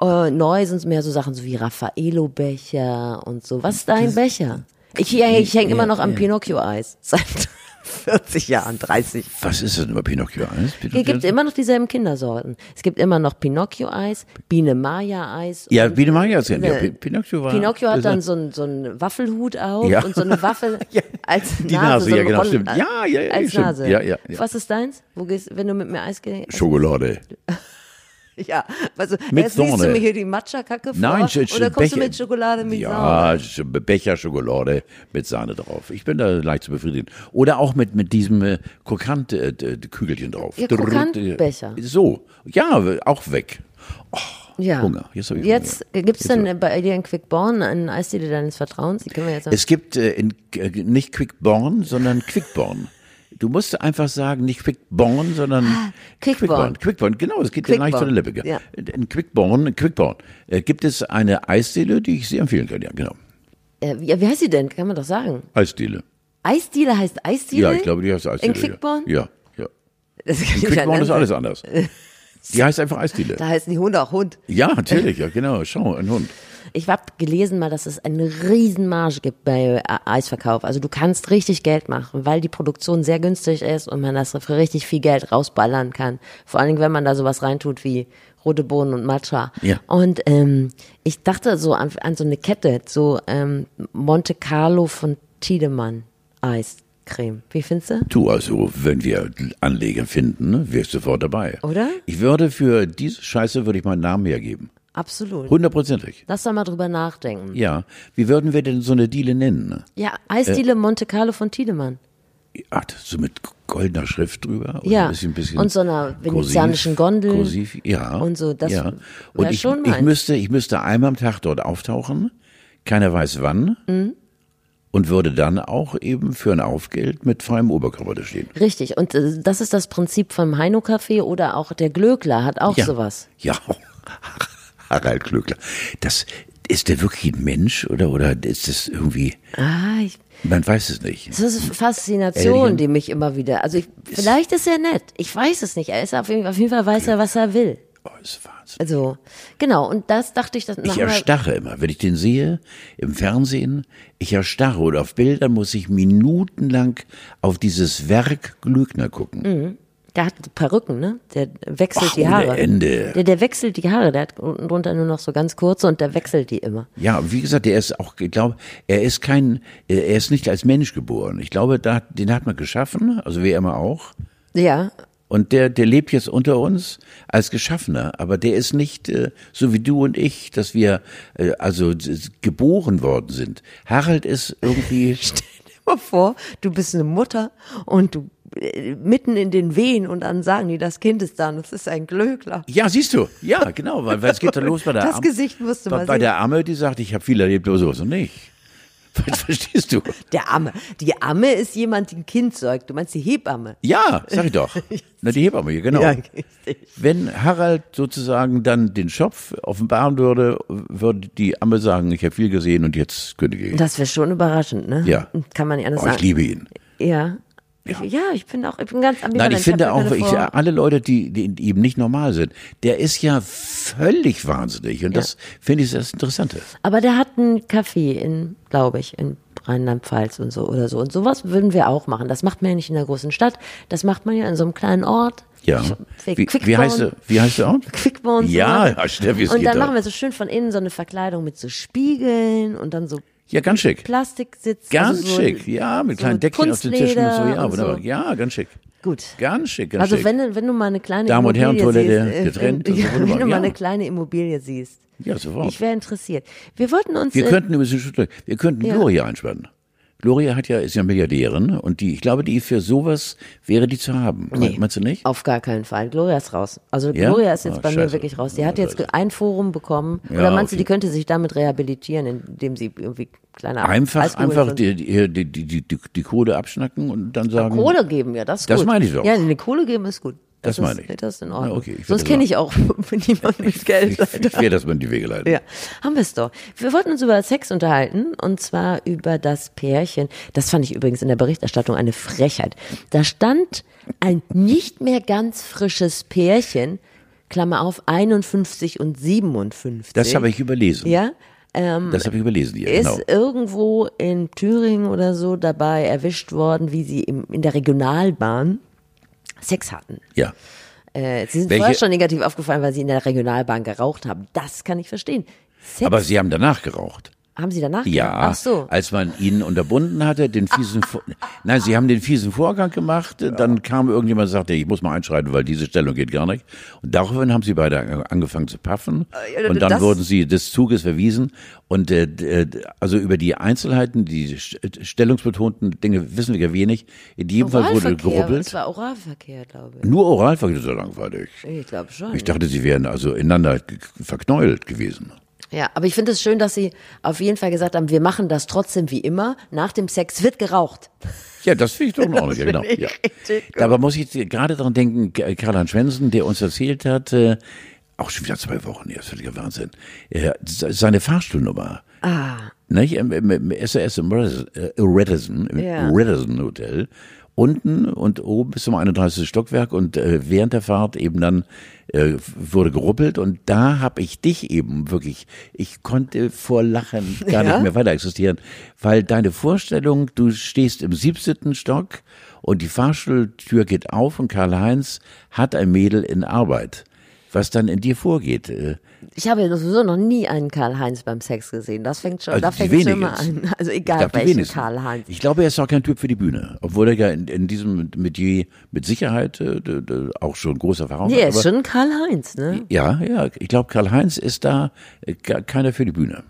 Speaker 1: Äh, neu sind es mehr so Sachen so wie Raffaello Becher und so. Was ist dein Becher? Ich, ich, ich hänge immer noch am Pinocchio Eis. Seit
Speaker 7: 40 Jahren, 30.
Speaker 2: Was ist denn über Pinocchio 1?
Speaker 1: Hier gibt es immer noch dieselben Kindersorten. Es gibt immer noch Pinocchio-Eis, Biene-Maya-Eis.
Speaker 2: Ja,
Speaker 1: und-
Speaker 2: Biene Maya erzählen. Ja, Pin- Pinocchio war.
Speaker 1: Pinocchio hat
Speaker 2: das
Speaker 1: dann
Speaker 2: ist-
Speaker 1: so einen so einen Waffelhut auf
Speaker 2: Ja.
Speaker 1: und so eine Waffel
Speaker 2: Ja.
Speaker 1: als Nase.
Speaker 2: Die Nase,
Speaker 1: so
Speaker 2: ja,
Speaker 1: einen
Speaker 2: genau,
Speaker 1: Rollen-
Speaker 2: stimmt. Ja, ja, ja,
Speaker 1: als
Speaker 2: stimmt.
Speaker 1: Nase.
Speaker 2: Ja, ja, ja.
Speaker 1: Was ist deins? Wo gehst, wenn du mit mir Eis gehst?
Speaker 2: Schokolade.
Speaker 7: Ja, also
Speaker 2: Mit
Speaker 7: jetzt liest du
Speaker 2: Sahne.
Speaker 7: mir hier die Matcha-Kacke vor
Speaker 2: Nein, Sch- Sch-
Speaker 7: oder kommst
Speaker 2: Becher.
Speaker 7: du mit Schokolade mit Sahne?
Speaker 2: Ja, Sch- Becher Schokolade mit Sahne drauf. Ich bin da leicht zu befriedigen. Oder auch mit, mit diesem äh, krokant äh, d- d- Kügelchen drauf.
Speaker 1: Ja,
Speaker 2: Drrrr,
Speaker 1: Krokantbecher.
Speaker 2: äh, So, ja, w- auch weg.
Speaker 1: Ja.
Speaker 2: Hunger. Jetzt hab ich
Speaker 1: Jetzt gibt es denn bei dir in Quickborn einen Eisdiele deines Vertrauens? Die können wir jetzt noch-
Speaker 2: Es gibt äh, in, äh, nicht Quickborn, sondern Quickborn. Du musst einfach sagen, nicht Quickborn, sondern
Speaker 1: Quickborn.
Speaker 2: Quickborn. Quickborn, genau, es geht dir leicht von der Lippe.
Speaker 1: Ja.
Speaker 2: In Quickborn, Quickborn äh, gibt es eine Eisdiele, die ich sehr empfehlen kann. Ja, genau.
Speaker 1: äh, wie, wie heißt sie denn? Kann man doch sagen.
Speaker 2: Eisdiele.
Speaker 1: Eisdiele heißt Eisdiele?
Speaker 2: Ja, ich glaube, die heißt Eisdiele.
Speaker 1: In Quickborn?
Speaker 2: Ja, ja.
Speaker 1: Das kann ich
Speaker 2: In
Speaker 1: ja
Speaker 2: Quickborn
Speaker 1: nennen.
Speaker 2: ist alles anders. Die heißt einfach Eisdiele.
Speaker 7: Da heißen die Hunde auch Hund.
Speaker 2: Ja, natürlich, ja, genau. Schau, ein Hund.
Speaker 1: Ich habe gelesen mal, dass es eine riesen Marge gibt bei äh, Eisverkauf. Also du kannst richtig Geld machen, weil die Produktion sehr günstig ist und man das für richtig viel Geld rausballern kann. Vor allen Dingen, wenn man da sowas reintut wie rote Bohnen und Matcha.
Speaker 2: Ja.
Speaker 1: Und ähm, ich dachte so an, an so eine Kette, so ähm, Monte Carlo von Tiedemann Eiscreme. Wie findest du?
Speaker 2: Du, also, wenn wir Anleger finden, ne, wärst du sofort dabei.
Speaker 1: Oder?
Speaker 2: Ich würde für diese Scheiße, würde ich meinen Namen hergeben.
Speaker 1: Absolut.
Speaker 2: Hundertprozentig.
Speaker 1: Lass da mal drüber nachdenken.
Speaker 2: Ja. Wie würden wir denn so eine Diele nennen?
Speaker 1: Ja,
Speaker 2: Äh.
Speaker 1: Eisdiele Monte Carlo von Tiedemann.
Speaker 2: Ach, so mit goldener Schrift drüber? Und
Speaker 1: Ja.
Speaker 2: Ein bisschen, bisschen
Speaker 1: Und so einer venezianischen Gondel.
Speaker 2: Kursiv, ja.
Speaker 1: Und so, das
Speaker 2: ja.
Speaker 1: wär
Speaker 2: Und ich,
Speaker 1: schon
Speaker 2: ich,
Speaker 1: meins.
Speaker 2: müsste, ich müsste einmal am Tag dort auftauchen. Keiner weiß wann.
Speaker 1: Mhm.
Speaker 2: Und würde dann auch eben für ein Aufgeld mit freiem Oberkörper da stehen.
Speaker 1: Richtig, und äh, das ist das Prinzip vom Heino-Café oder auch der Glöckler hat auch
Speaker 2: ja.
Speaker 1: sowas.
Speaker 2: Ja, Harald Glöckler. Das, ist der wirklich ein Mensch oder, oder ist das irgendwie,
Speaker 1: Ah, ich,
Speaker 2: man weiß es nicht.
Speaker 1: das ist Faszination,
Speaker 2: Alien.
Speaker 1: die mich immer wieder. Also ich, vielleicht ist er nett, ich weiß es nicht. Er ist auf jeden, auf jeden Fall weiß er, was er will.
Speaker 2: Oh, ist Wahnsinn.
Speaker 1: Also genau, und das dachte ich, dass
Speaker 2: Ich
Speaker 1: mal-
Speaker 2: erstarre immer, wenn ich den sehe im Fernsehen. Ich erstarre oder auf Bildern muss ich minutenlang auf dieses Werk Glückner gucken.
Speaker 1: der hat Perücken, ne? Der wechselt
Speaker 2: Ach,
Speaker 1: die
Speaker 2: ohne
Speaker 1: Haare.
Speaker 2: Ende.
Speaker 1: Der, der wechselt die Haare, der hat unten drunter nur noch so ganz kurze und der wechselt die immer.
Speaker 2: Ja, wie gesagt, er ist auch, ich glaube, er ist kein, äh, er ist nicht als Mensch geboren. Ich glaube, da, den hat man geschaffen, also wer immer auch.
Speaker 1: Ja,
Speaker 2: Und der, der lebt jetzt unter uns als Geschaffener, aber der ist nicht äh, so wie du und ich, dass wir äh, also s- geboren worden sind. Harald ist irgendwie
Speaker 7: Stell dir mal vor, du bist eine Mutter und du äh, mitten in den Wehen und dann sagen die, das Kind ist da und es ist ein Glöckler.
Speaker 2: Ja, siehst du. Ja, genau. Weil was geht da los bei der
Speaker 7: Das
Speaker 2: Am-
Speaker 7: Gesicht musst du
Speaker 2: bei,
Speaker 7: mal
Speaker 2: Bei
Speaker 7: sehen.
Speaker 2: der Amme, die sagt, ich habe viel erlebt, aber sowas noch nicht. Ver- Verstehst du?
Speaker 7: Der Amme. Die Amme ist jemand, die ein Kind säugt. Du meinst die Hebamme.
Speaker 2: Ja, sag ich doch. Na, die Hebamme hier, genau.
Speaker 7: Ja, richtig.
Speaker 2: Wenn Harald sozusagen dann den Schopf offenbaren würde, würde die Amme sagen, ich habe viel gesehen und jetzt kündige ich.
Speaker 1: das wäre schon überraschend, ne?
Speaker 2: Ja.
Speaker 1: Kann man nicht anders
Speaker 2: Oh,
Speaker 1: sagen.
Speaker 2: ich liebe ihn.
Speaker 1: Ja. Ja. Ich, ja, ich bin auch, ich bin ganz ambivalent.
Speaker 2: Nein, ich
Speaker 1: hab
Speaker 2: finde
Speaker 1: da
Speaker 2: auch,
Speaker 1: keine
Speaker 2: ich,
Speaker 1: Vor-
Speaker 2: alle Leute, die, die eben nicht normal sind, der ist ja völlig wahnsinnig. Und das finde ich das Interessante.
Speaker 1: Aber der hat einen Café in, glaube ich, in Rheinland-Pfalz und so oder so. Und sowas würden wir auch machen. Das macht man ja nicht in der großen Stadt. Das macht man ja in so einem kleinen Ort.
Speaker 2: Ja.
Speaker 1: Wie,
Speaker 2: Wie, wie heißt der? Wie heißt der Ort?
Speaker 1: Quickborn.
Speaker 2: Ja, ja, Steffi, es
Speaker 1: Und
Speaker 2: geht
Speaker 1: dann
Speaker 2: doch.
Speaker 1: machen wir so schön von innen so eine Verkleidung mit so Spiegeln und dann so
Speaker 2: Ja, ganz schick.
Speaker 1: Plastiksitz.
Speaker 2: Ganz
Speaker 1: also so
Speaker 2: schick, ja, mit
Speaker 1: so
Speaker 2: kleinen Deckchen auf den Tischen und so,
Speaker 1: Kunstleder
Speaker 2: ja,
Speaker 1: und so.
Speaker 2: wunderbar. Ja, ganz schick.
Speaker 1: Gut.
Speaker 2: Ganz schick, ganz
Speaker 1: Also
Speaker 2: schick.
Speaker 1: wenn, du- wenn du mal eine kleine
Speaker 2: Damen und Herren,
Speaker 1: Immobilie
Speaker 2: Toilette
Speaker 1: siehst, äh,
Speaker 2: getrennt, das ist
Speaker 1: ja, wenn
Speaker 2: wunderbar,
Speaker 1: du mal
Speaker 2: ja.
Speaker 1: eine kleine Immobilie siehst,
Speaker 2: ja, sofort.
Speaker 1: ich wäre interessiert. Wir wollten uns
Speaker 2: wir
Speaker 1: äh,
Speaker 2: könnten übrigens ein Stück- wir könnten
Speaker 1: Ja.
Speaker 2: Gloria einsperren. Gloria hat ja, ist ja Milliardärin und die, ich glaube, die für sowas wäre die zu haben. Nee. Meinst du nicht?
Speaker 1: Auf gar keinen Fall. Gloria ist raus. Also
Speaker 2: Ja?
Speaker 1: Gloria ist jetzt
Speaker 2: Ah,
Speaker 1: bei mir
Speaker 2: scheiße.
Speaker 1: wirklich raus. Die
Speaker 2: Ja,
Speaker 1: hat jetzt
Speaker 2: scheiße.
Speaker 1: ein Forum bekommen.
Speaker 2: Ja,
Speaker 1: Oder meinst du, die
Speaker 2: okay.
Speaker 1: könnte sich damit rehabilitieren, indem sie irgendwie kleiner
Speaker 2: Einfach, einfach die, die, die, die, die, die, die Kohle abschnacken und dann sagen.
Speaker 1: Kohle geben, ja, das ist
Speaker 2: Das
Speaker 1: gut.
Speaker 2: meine ich doch.
Speaker 1: Ja, eine Kohle geben ist gut.
Speaker 2: Das meine ich.
Speaker 1: Ist, das ist in
Speaker 2: Na,
Speaker 1: Ordnung.
Speaker 2: okay, ich würde
Speaker 1: Sonst kenne ich auch niemanden mit Geld.
Speaker 2: Ich, ich werde das mal in die Wege leiten.
Speaker 1: Ja, haben wir es doch. Wir wollten uns über Sex unterhalten und zwar über das Pärchen. Das fand ich übrigens in der Berichterstattung eine Frechheit. Da stand ein nicht mehr ganz frisches Pärchen, Klammer auf, 51 und 57.
Speaker 2: Das habe ich überlesen.
Speaker 1: Ja,
Speaker 2: das habe ich überlesen hier,
Speaker 1: ist äh,
Speaker 2: genau.
Speaker 1: irgendwo in Thüringen oder so dabei erwischt worden, wie sie im, in der Regionalbahn Sex hatten.
Speaker 2: Ja.
Speaker 1: Äh, sie sind
Speaker 2: Welche-
Speaker 1: vorher schon negativ aufgefallen, weil sie in der Regionalbahn geraucht haben. Das kann ich verstehen. Sex
Speaker 2: Aber Sie haben danach geraucht.
Speaker 1: haben sie danach
Speaker 2: Ja, Also
Speaker 1: gemacht? Ach so.
Speaker 2: als man ihnen unterbunden hatte, den fiesen, Vor- nein, sie haben den fiesen Vorgang gemacht, dann kam irgendjemand und sagte, ich muss mal einschreiten, weil diese Stellung geht gar nicht. Und daraufhin haben sie beide an- angefangen zu paffen
Speaker 1: Äh, ja,
Speaker 2: und dann
Speaker 1: das-
Speaker 2: wurden sie des Zuges verwiesen und äh, d- d- also über die Einzelheiten, die st- stellungsbetonten Dinge wissen wir ja wenig. In jedem Fall wurde
Speaker 1: Oralverkehr,
Speaker 2: gerubbelt.
Speaker 1: Es war Oralverkehr, glaube ich.
Speaker 2: Nur Oralverkehr so langweilig.
Speaker 1: Ich glaube schon.
Speaker 2: Hm. Ich dachte, sie wären also ineinander ge- verknäuelt gewesen.
Speaker 1: Ja, aber ich finde es schön, dass sie auf jeden Fall gesagt haben, wir machen das trotzdem wie immer. Nach dem Sex wird geraucht.
Speaker 2: Ja, das finde ich doch in Ordnung, ja, genau.
Speaker 1: finde ich
Speaker 2: Ja.
Speaker 1: richtig gut.
Speaker 2: Dabei muss ich gerade daran denken, K- Karl-Heinz Schwensen, der uns erzählt hat, äh, auch schon wieder zwei Wochen, ja, das ist völliger Wahnsinn, äh, se- seine Fahrstuhlnummer. Ah. Nicht? Im, im, im SAS im Radisson, äh, Radisson, im
Speaker 1: Ja.
Speaker 2: Radisson Hotel. Unten und oben bis zum 31. Stockwerk und äh, während der Fahrt eben dann äh, wurde geruppelt und da habe ich dich eben wirklich, ich konnte vor Lachen gar
Speaker 1: Ja?
Speaker 2: nicht mehr weiter existieren, weil deine Vorstellung, du stehst im 17. Stock und die Fahrstuhltür geht auf und Karl-Heinz hat ein Mädel in Arbeit. Was dann in dir vorgeht. äh,
Speaker 1: Ich habe sowieso noch nie einen Karl-Heinz beim Sex gesehen. Das fängt schon,
Speaker 2: Also
Speaker 1: da
Speaker 2: die
Speaker 1: fängt schon mal
Speaker 2: wenigsten.
Speaker 1: an. Also
Speaker 2: ich
Speaker 1: egal
Speaker 2: glaub, die
Speaker 1: welchen
Speaker 2: wenigsten.
Speaker 1: Karl-Heinz.
Speaker 2: Ich glaube, er ist auch kein Typ für die Bühne. Obwohl er ja in, in diesem Metier mit Sicherheit äh, d- d- auch schon große Erfahrung
Speaker 1: Nee, er
Speaker 2: hat.
Speaker 1: ist schon ein Karl-Heinz, ne?
Speaker 2: ja, ja, ich glaube, Karl-Heinz ist da äh, ke- keiner für die Bühne.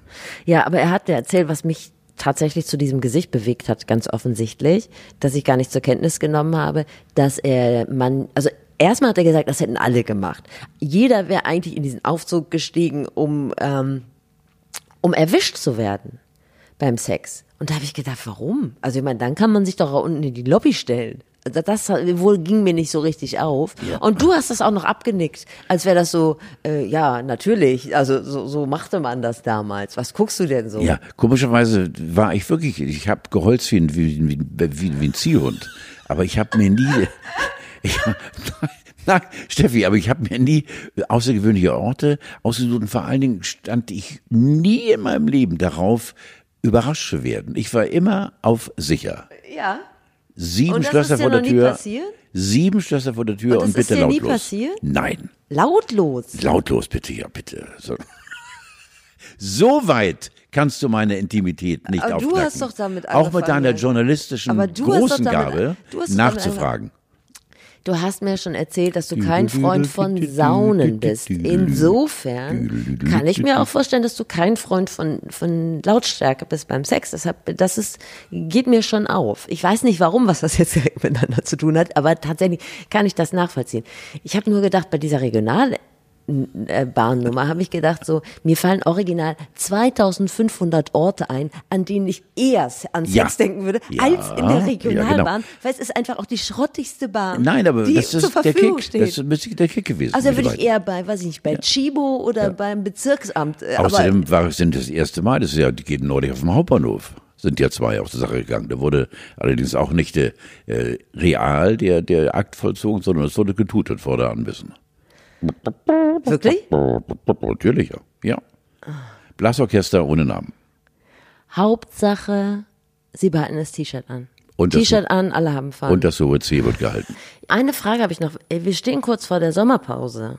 Speaker 1: Ja, aber er hat ja erzählt, was mich tatsächlich zu diesem Gesicht bewegt hat, ganz offensichtlich, dass ich gar nicht zur Kenntnis genommen habe, dass er man, also erstmal hat er gesagt, das hätten alle gemacht. Jeder wäre eigentlich in diesen Aufzug gestiegen, um, ähm, um erwischt zu werden beim Sex. Und da habe ich gedacht, warum? Also ich meine, dann kann man sich doch auch unten in die Lobby stellen. Also Das wohl ging mir nicht so richtig auf. Und du hast das auch noch abgenickt, als wäre das so, äh, ja, natürlich, also so, so machte man das damals. Was guckst du denn so?
Speaker 2: Ja, komischerweise war ich wirklich, ich habe geholzt wie ein, wie, ein- wie, ein- wie, ein- wie ein Ziehhund, aber ich habe mir nie, ich, nein, Steffi, aber ich habe mir nie außergewöhnliche Orte ausgesucht und vor allen Dingen stand ich nie in meinem Leben darauf, überrascht zu werden. Ich war immer auf sicher.
Speaker 1: ja.
Speaker 2: Sieben
Speaker 1: Und das
Speaker 2: Schlösser
Speaker 1: ist dir
Speaker 2: vor der
Speaker 1: noch nie
Speaker 2: Tür.
Speaker 1: passiert?
Speaker 2: Sieben Schlösser vor der Tür
Speaker 1: Und
Speaker 2: und,
Speaker 1: das ist
Speaker 2: bitte
Speaker 1: dir nie
Speaker 2: lautlos.
Speaker 1: passiert?
Speaker 2: Nein.
Speaker 1: Lautlos.
Speaker 2: Lautlos bitte, ja bitte. So, so weit kannst du meine Intimität nicht
Speaker 1: Aber du
Speaker 2: aufknacken.
Speaker 1: hast doch damit
Speaker 2: Auch mit
Speaker 1: angefangen. ne?
Speaker 2: deiner journalistischen
Speaker 1: Aber du hast doch
Speaker 2: großen
Speaker 1: damit-
Speaker 2: Gabe
Speaker 1: du hast doch damit
Speaker 2: nachzufragen.
Speaker 1: Du hast mir schon erzählt, dass du kein Freund von Saunen bist. Insofern kann ich mir auch vorstellen, dass du kein Freund von, von Lautstärke bist beim Sex. Deshalb, das ist, geht mir schon auf. Ich weiß nicht warum, was das jetzt direkt miteinander zu tun hat, aber tatsächlich kann ich das nachvollziehen. Ich habe nur gedacht, bei dieser Regional, äh, Bahnnummer, habe ich gedacht, so, mir fallen original 2500 Orte ein, an denen ich eher an Sex
Speaker 2: Ja.
Speaker 1: denken würde,
Speaker 2: Ja,
Speaker 1: als in
Speaker 2: ja,
Speaker 1: der
Speaker 2: genau.
Speaker 1: Regionalbahn, weil es ist einfach auch die schrottigste Bahn,
Speaker 2: Nein, aber
Speaker 1: die
Speaker 2: das
Speaker 1: zur
Speaker 2: ist der
Speaker 1: Verfügung
Speaker 2: Kick.
Speaker 1: steht.
Speaker 2: Das ist der Kick gewesen.
Speaker 1: also da
Speaker 2: mit
Speaker 1: würde ich
Speaker 2: beiden.
Speaker 1: eher bei, weiß ich nicht, bei Chibo oder beim Bezirksamt. äh, aber,
Speaker 2: Außerdem war, sind das erste Mal, das ist ja, die gehen neulich auf dem Hauptbahnhof, sind ja zwei auf die Sache gegangen. Da wurde allerdings auch nicht äh, real der, der Akt vollzogen, sondern es wurde getutet vor der Anwissen.
Speaker 1: wirklich?
Speaker 2: Natürlich, ja. ja. Blasorchester ohne Namen.
Speaker 1: Hauptsache, sie behalten das T-Shirt an.
Speaker 2: Und das-
Speaker 1: T-Shirt an, alle haben Fun.
Speaker 2: Und das hohe C wird gehalten.
Speaker 1: Eine Frage habe ich noch. Äh, Wir stehen kurz vor der Sommerpause.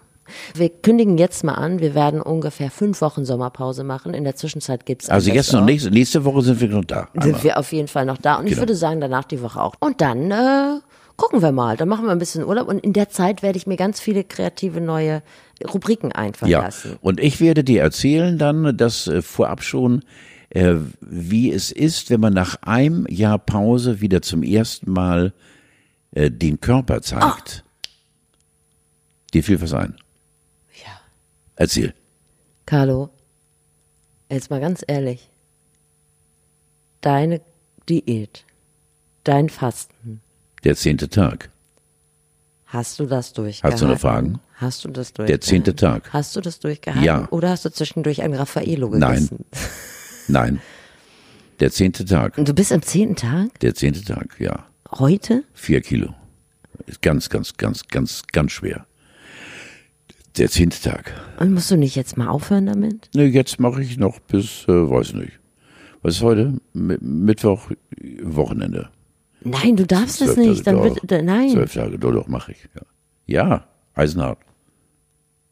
Speaker 1: Wir kündigen jetzt mal an, wir werden ungefähr fünf Wochen Sommerpause machen. In der Zwischenzeit gibt es.
Speaker 2: Also jetzt noch nächste, nächste Woche sind wir noch da.
Speaker 1: Sind
Speaker 2: Einmal.
Speaker 1: wir auf jeden Fall noch da. Und ich
Speaker 2: Genau.
Speaker 1: würde sagen, danach die Woche auch. Und dann äh, gucken wir mal. Dann machen wir ein bisschen Urlaub. Und in der Zeit werde ich mir ganz viele kreative neue Rubriken einfallen
Speaker 2: Ja.
Speaker 1: lassen.
Speaker 2: Und ich werde dir erzählen dann, dass äh, vorab schon, äh, wie es ist, wenn man nach einem Jahr Pause wieder zum ersten Mal äh, den Körper zeigt.
Speaker 1: Ah.
Speaker 2: Dir fiel was ein.
Speaker 1: Ja.
Speaker 2: Erzähl.
Speaker 1: Carlo, jetzt mal ganz ehrlich. Deine Diät, dein Fasten,
Speaker 2: Der zehnte Tag.
Speaker 1: hast du das durchgehalten?
Speaker 2: Hast du noch Fragen?
Speaker 1: Hast du das durchgehalten?
Speaker 2: Der zehnte Tag.
Speaker 1: Hast du das durchgehalten?
Speaker 2: Ja.
Speaker 1: Oder hast du zwischendurch ein Raffaello
Speaker 2: Nein.
Speaker 1: gegessen?
Speaker 2: Nein. Der zehnte Tag.
Speaker 1: Und Du bist am zehnten Tag?
Speaker 2: Der zehnte Tag, ja.
Speaker 1: Heute?
Speaker 2: Vier Kilo. Ist ganz, ganz, ganz, ganz, ganz schwer. der zehnte Tag.
Speaker 1: Und musst du nicht jetzt mal aufhören damit?
Speaker 2: Ne, jetzt mache ich noch bis, äh, weiß nicht. Was ist heute? Mi- Mittwoch, äh, Wochenende.
Speaker 1: Nein, du darfst das
Speaker 2: Zwölf
Speaker 1: nicht. Dann
Speaker 2: Tage,
Speaker 1: wird,
Speaker 2: doch.
Speaker 1: da- nein.
Speaker 2: Zwölf Tage, doch, doch, mache ich. Ja, ja Eisenhart.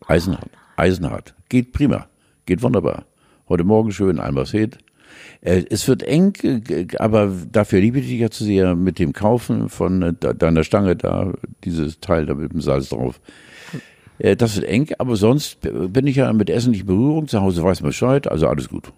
Speaker 2: Eisenhart. Eisenhart. Geht prima. Geht wunderbar. Heute Morgen schön in Almersheet. Äh, Es wird eng, äh, g- aber dafür liebe ich dich ja zu sehr mit dem Kaufen von äh, de- deiner Stange da, dieses Teil da mit dem Salz drauf. Äh, Das wird eng, aber sonst b- bin ich ja mit Essen nicht in Berührung. Zu Hause weiß man Bescheid, also alles gut.
Speaker 1: Und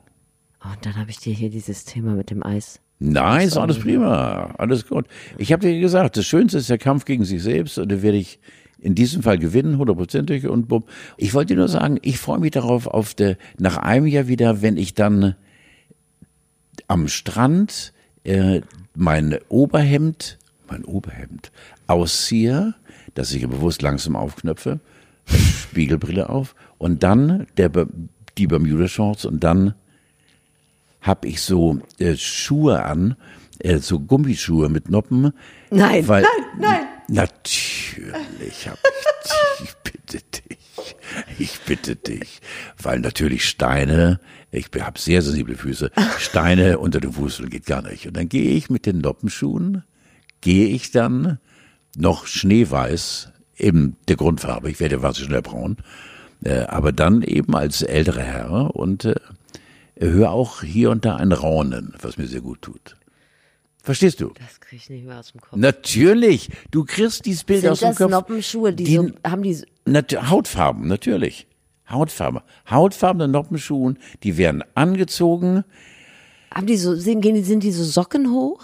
Speaker 1: Oh, dann habe ich dir hier dieses Thema mit dem Eis.
Speaker 2: Nein, ist alles prima, alles gut. Ich habe dir gesagt, das Schönste ist der Kampf gegen sich selbst und da werde ich in diesem Fall gewinnen, hundertprozentig und bumm. Ich wollte dir nur sagen, ich freue mich darauf, auf der, nach einem Jahr wieder, wenn ich dann am Strand äh, mein Oberhemd, mein Oberhemd ausziehe, dass ich bewusst langsam aufknöpfe, Spiegelbrille auf und dann der, Ba- die Bermuda-Shorts und dann hab ich so äh, Schuhe an, äh, so Gummischuhe mit Noppen.
Speaker 1: Nein,
Speaker 2: weil,
Speaker 1: nein, nein.
Speaker 2: Natürlich hab ich, ich bitte dich, ich bitte dich, weil natürlich Steine, ich habe sehr sensible Füße, Steine unter den Fußel geht gar nicht. Und dann gehe ich mit den Noppenschuhen, gehe ich dann noch schneeweiß in der Grundfarbe, ich werde was schnell braun, äh, aber dann eben als älterer Herr und äh, höre auch hier und da ein Raunen, was mir sehr gut tut. Verstehst du?
Speaker 1: Das kriege ich nicht mehr aus dem Kopf.
Speaker 2: Natürlich, du kriegst dieses Bild aus
Speaker 1: Sind
Speaker 2: dem
Speaker 1: das
Speaker 2: Kopf.
Speaker 1: Noppenschuhe, die,
Speaker 2: Die-
Speaker 1: so, haben die so,
Speaker 2: Nat Hautfarben, natürlich. Hautfarbe. Hautfarbene Noppenschuhen, die werden angezogen.
Speaker 1: haben die so, sind, gehen die, sind die so Socken hoch?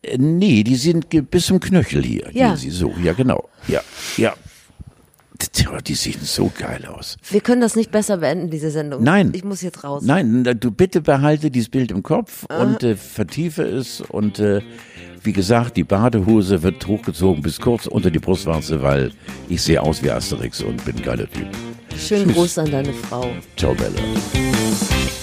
Speaker 2: Äh, nee, die sind ge- bis zum Knöchel hier.
Speaker 1: Ja.
Speaker 2: Gehen sie so, ja genau. Ja, ja. Tja, Die sehen so geil aus.
Speaker 1: Wir können das nicht besser beenden, diese Sendung.
Speaker 2: Nein.
Speaker 1: Ich muss jetzt raus.
Speaker 2: Nein, na, du bitte behalte dieses Bild im Kopf und äh, vertiefe es. Und äh, wie gesagt, die Badehose wird hochgezogen bis kurz unter die Brustwarze, weil ich sehe aus wie Asterix und bin ein geiler Typ.
Speaker 1: Schönen Gruß an deine Frau.
Speaker 2: Ciao, Bella.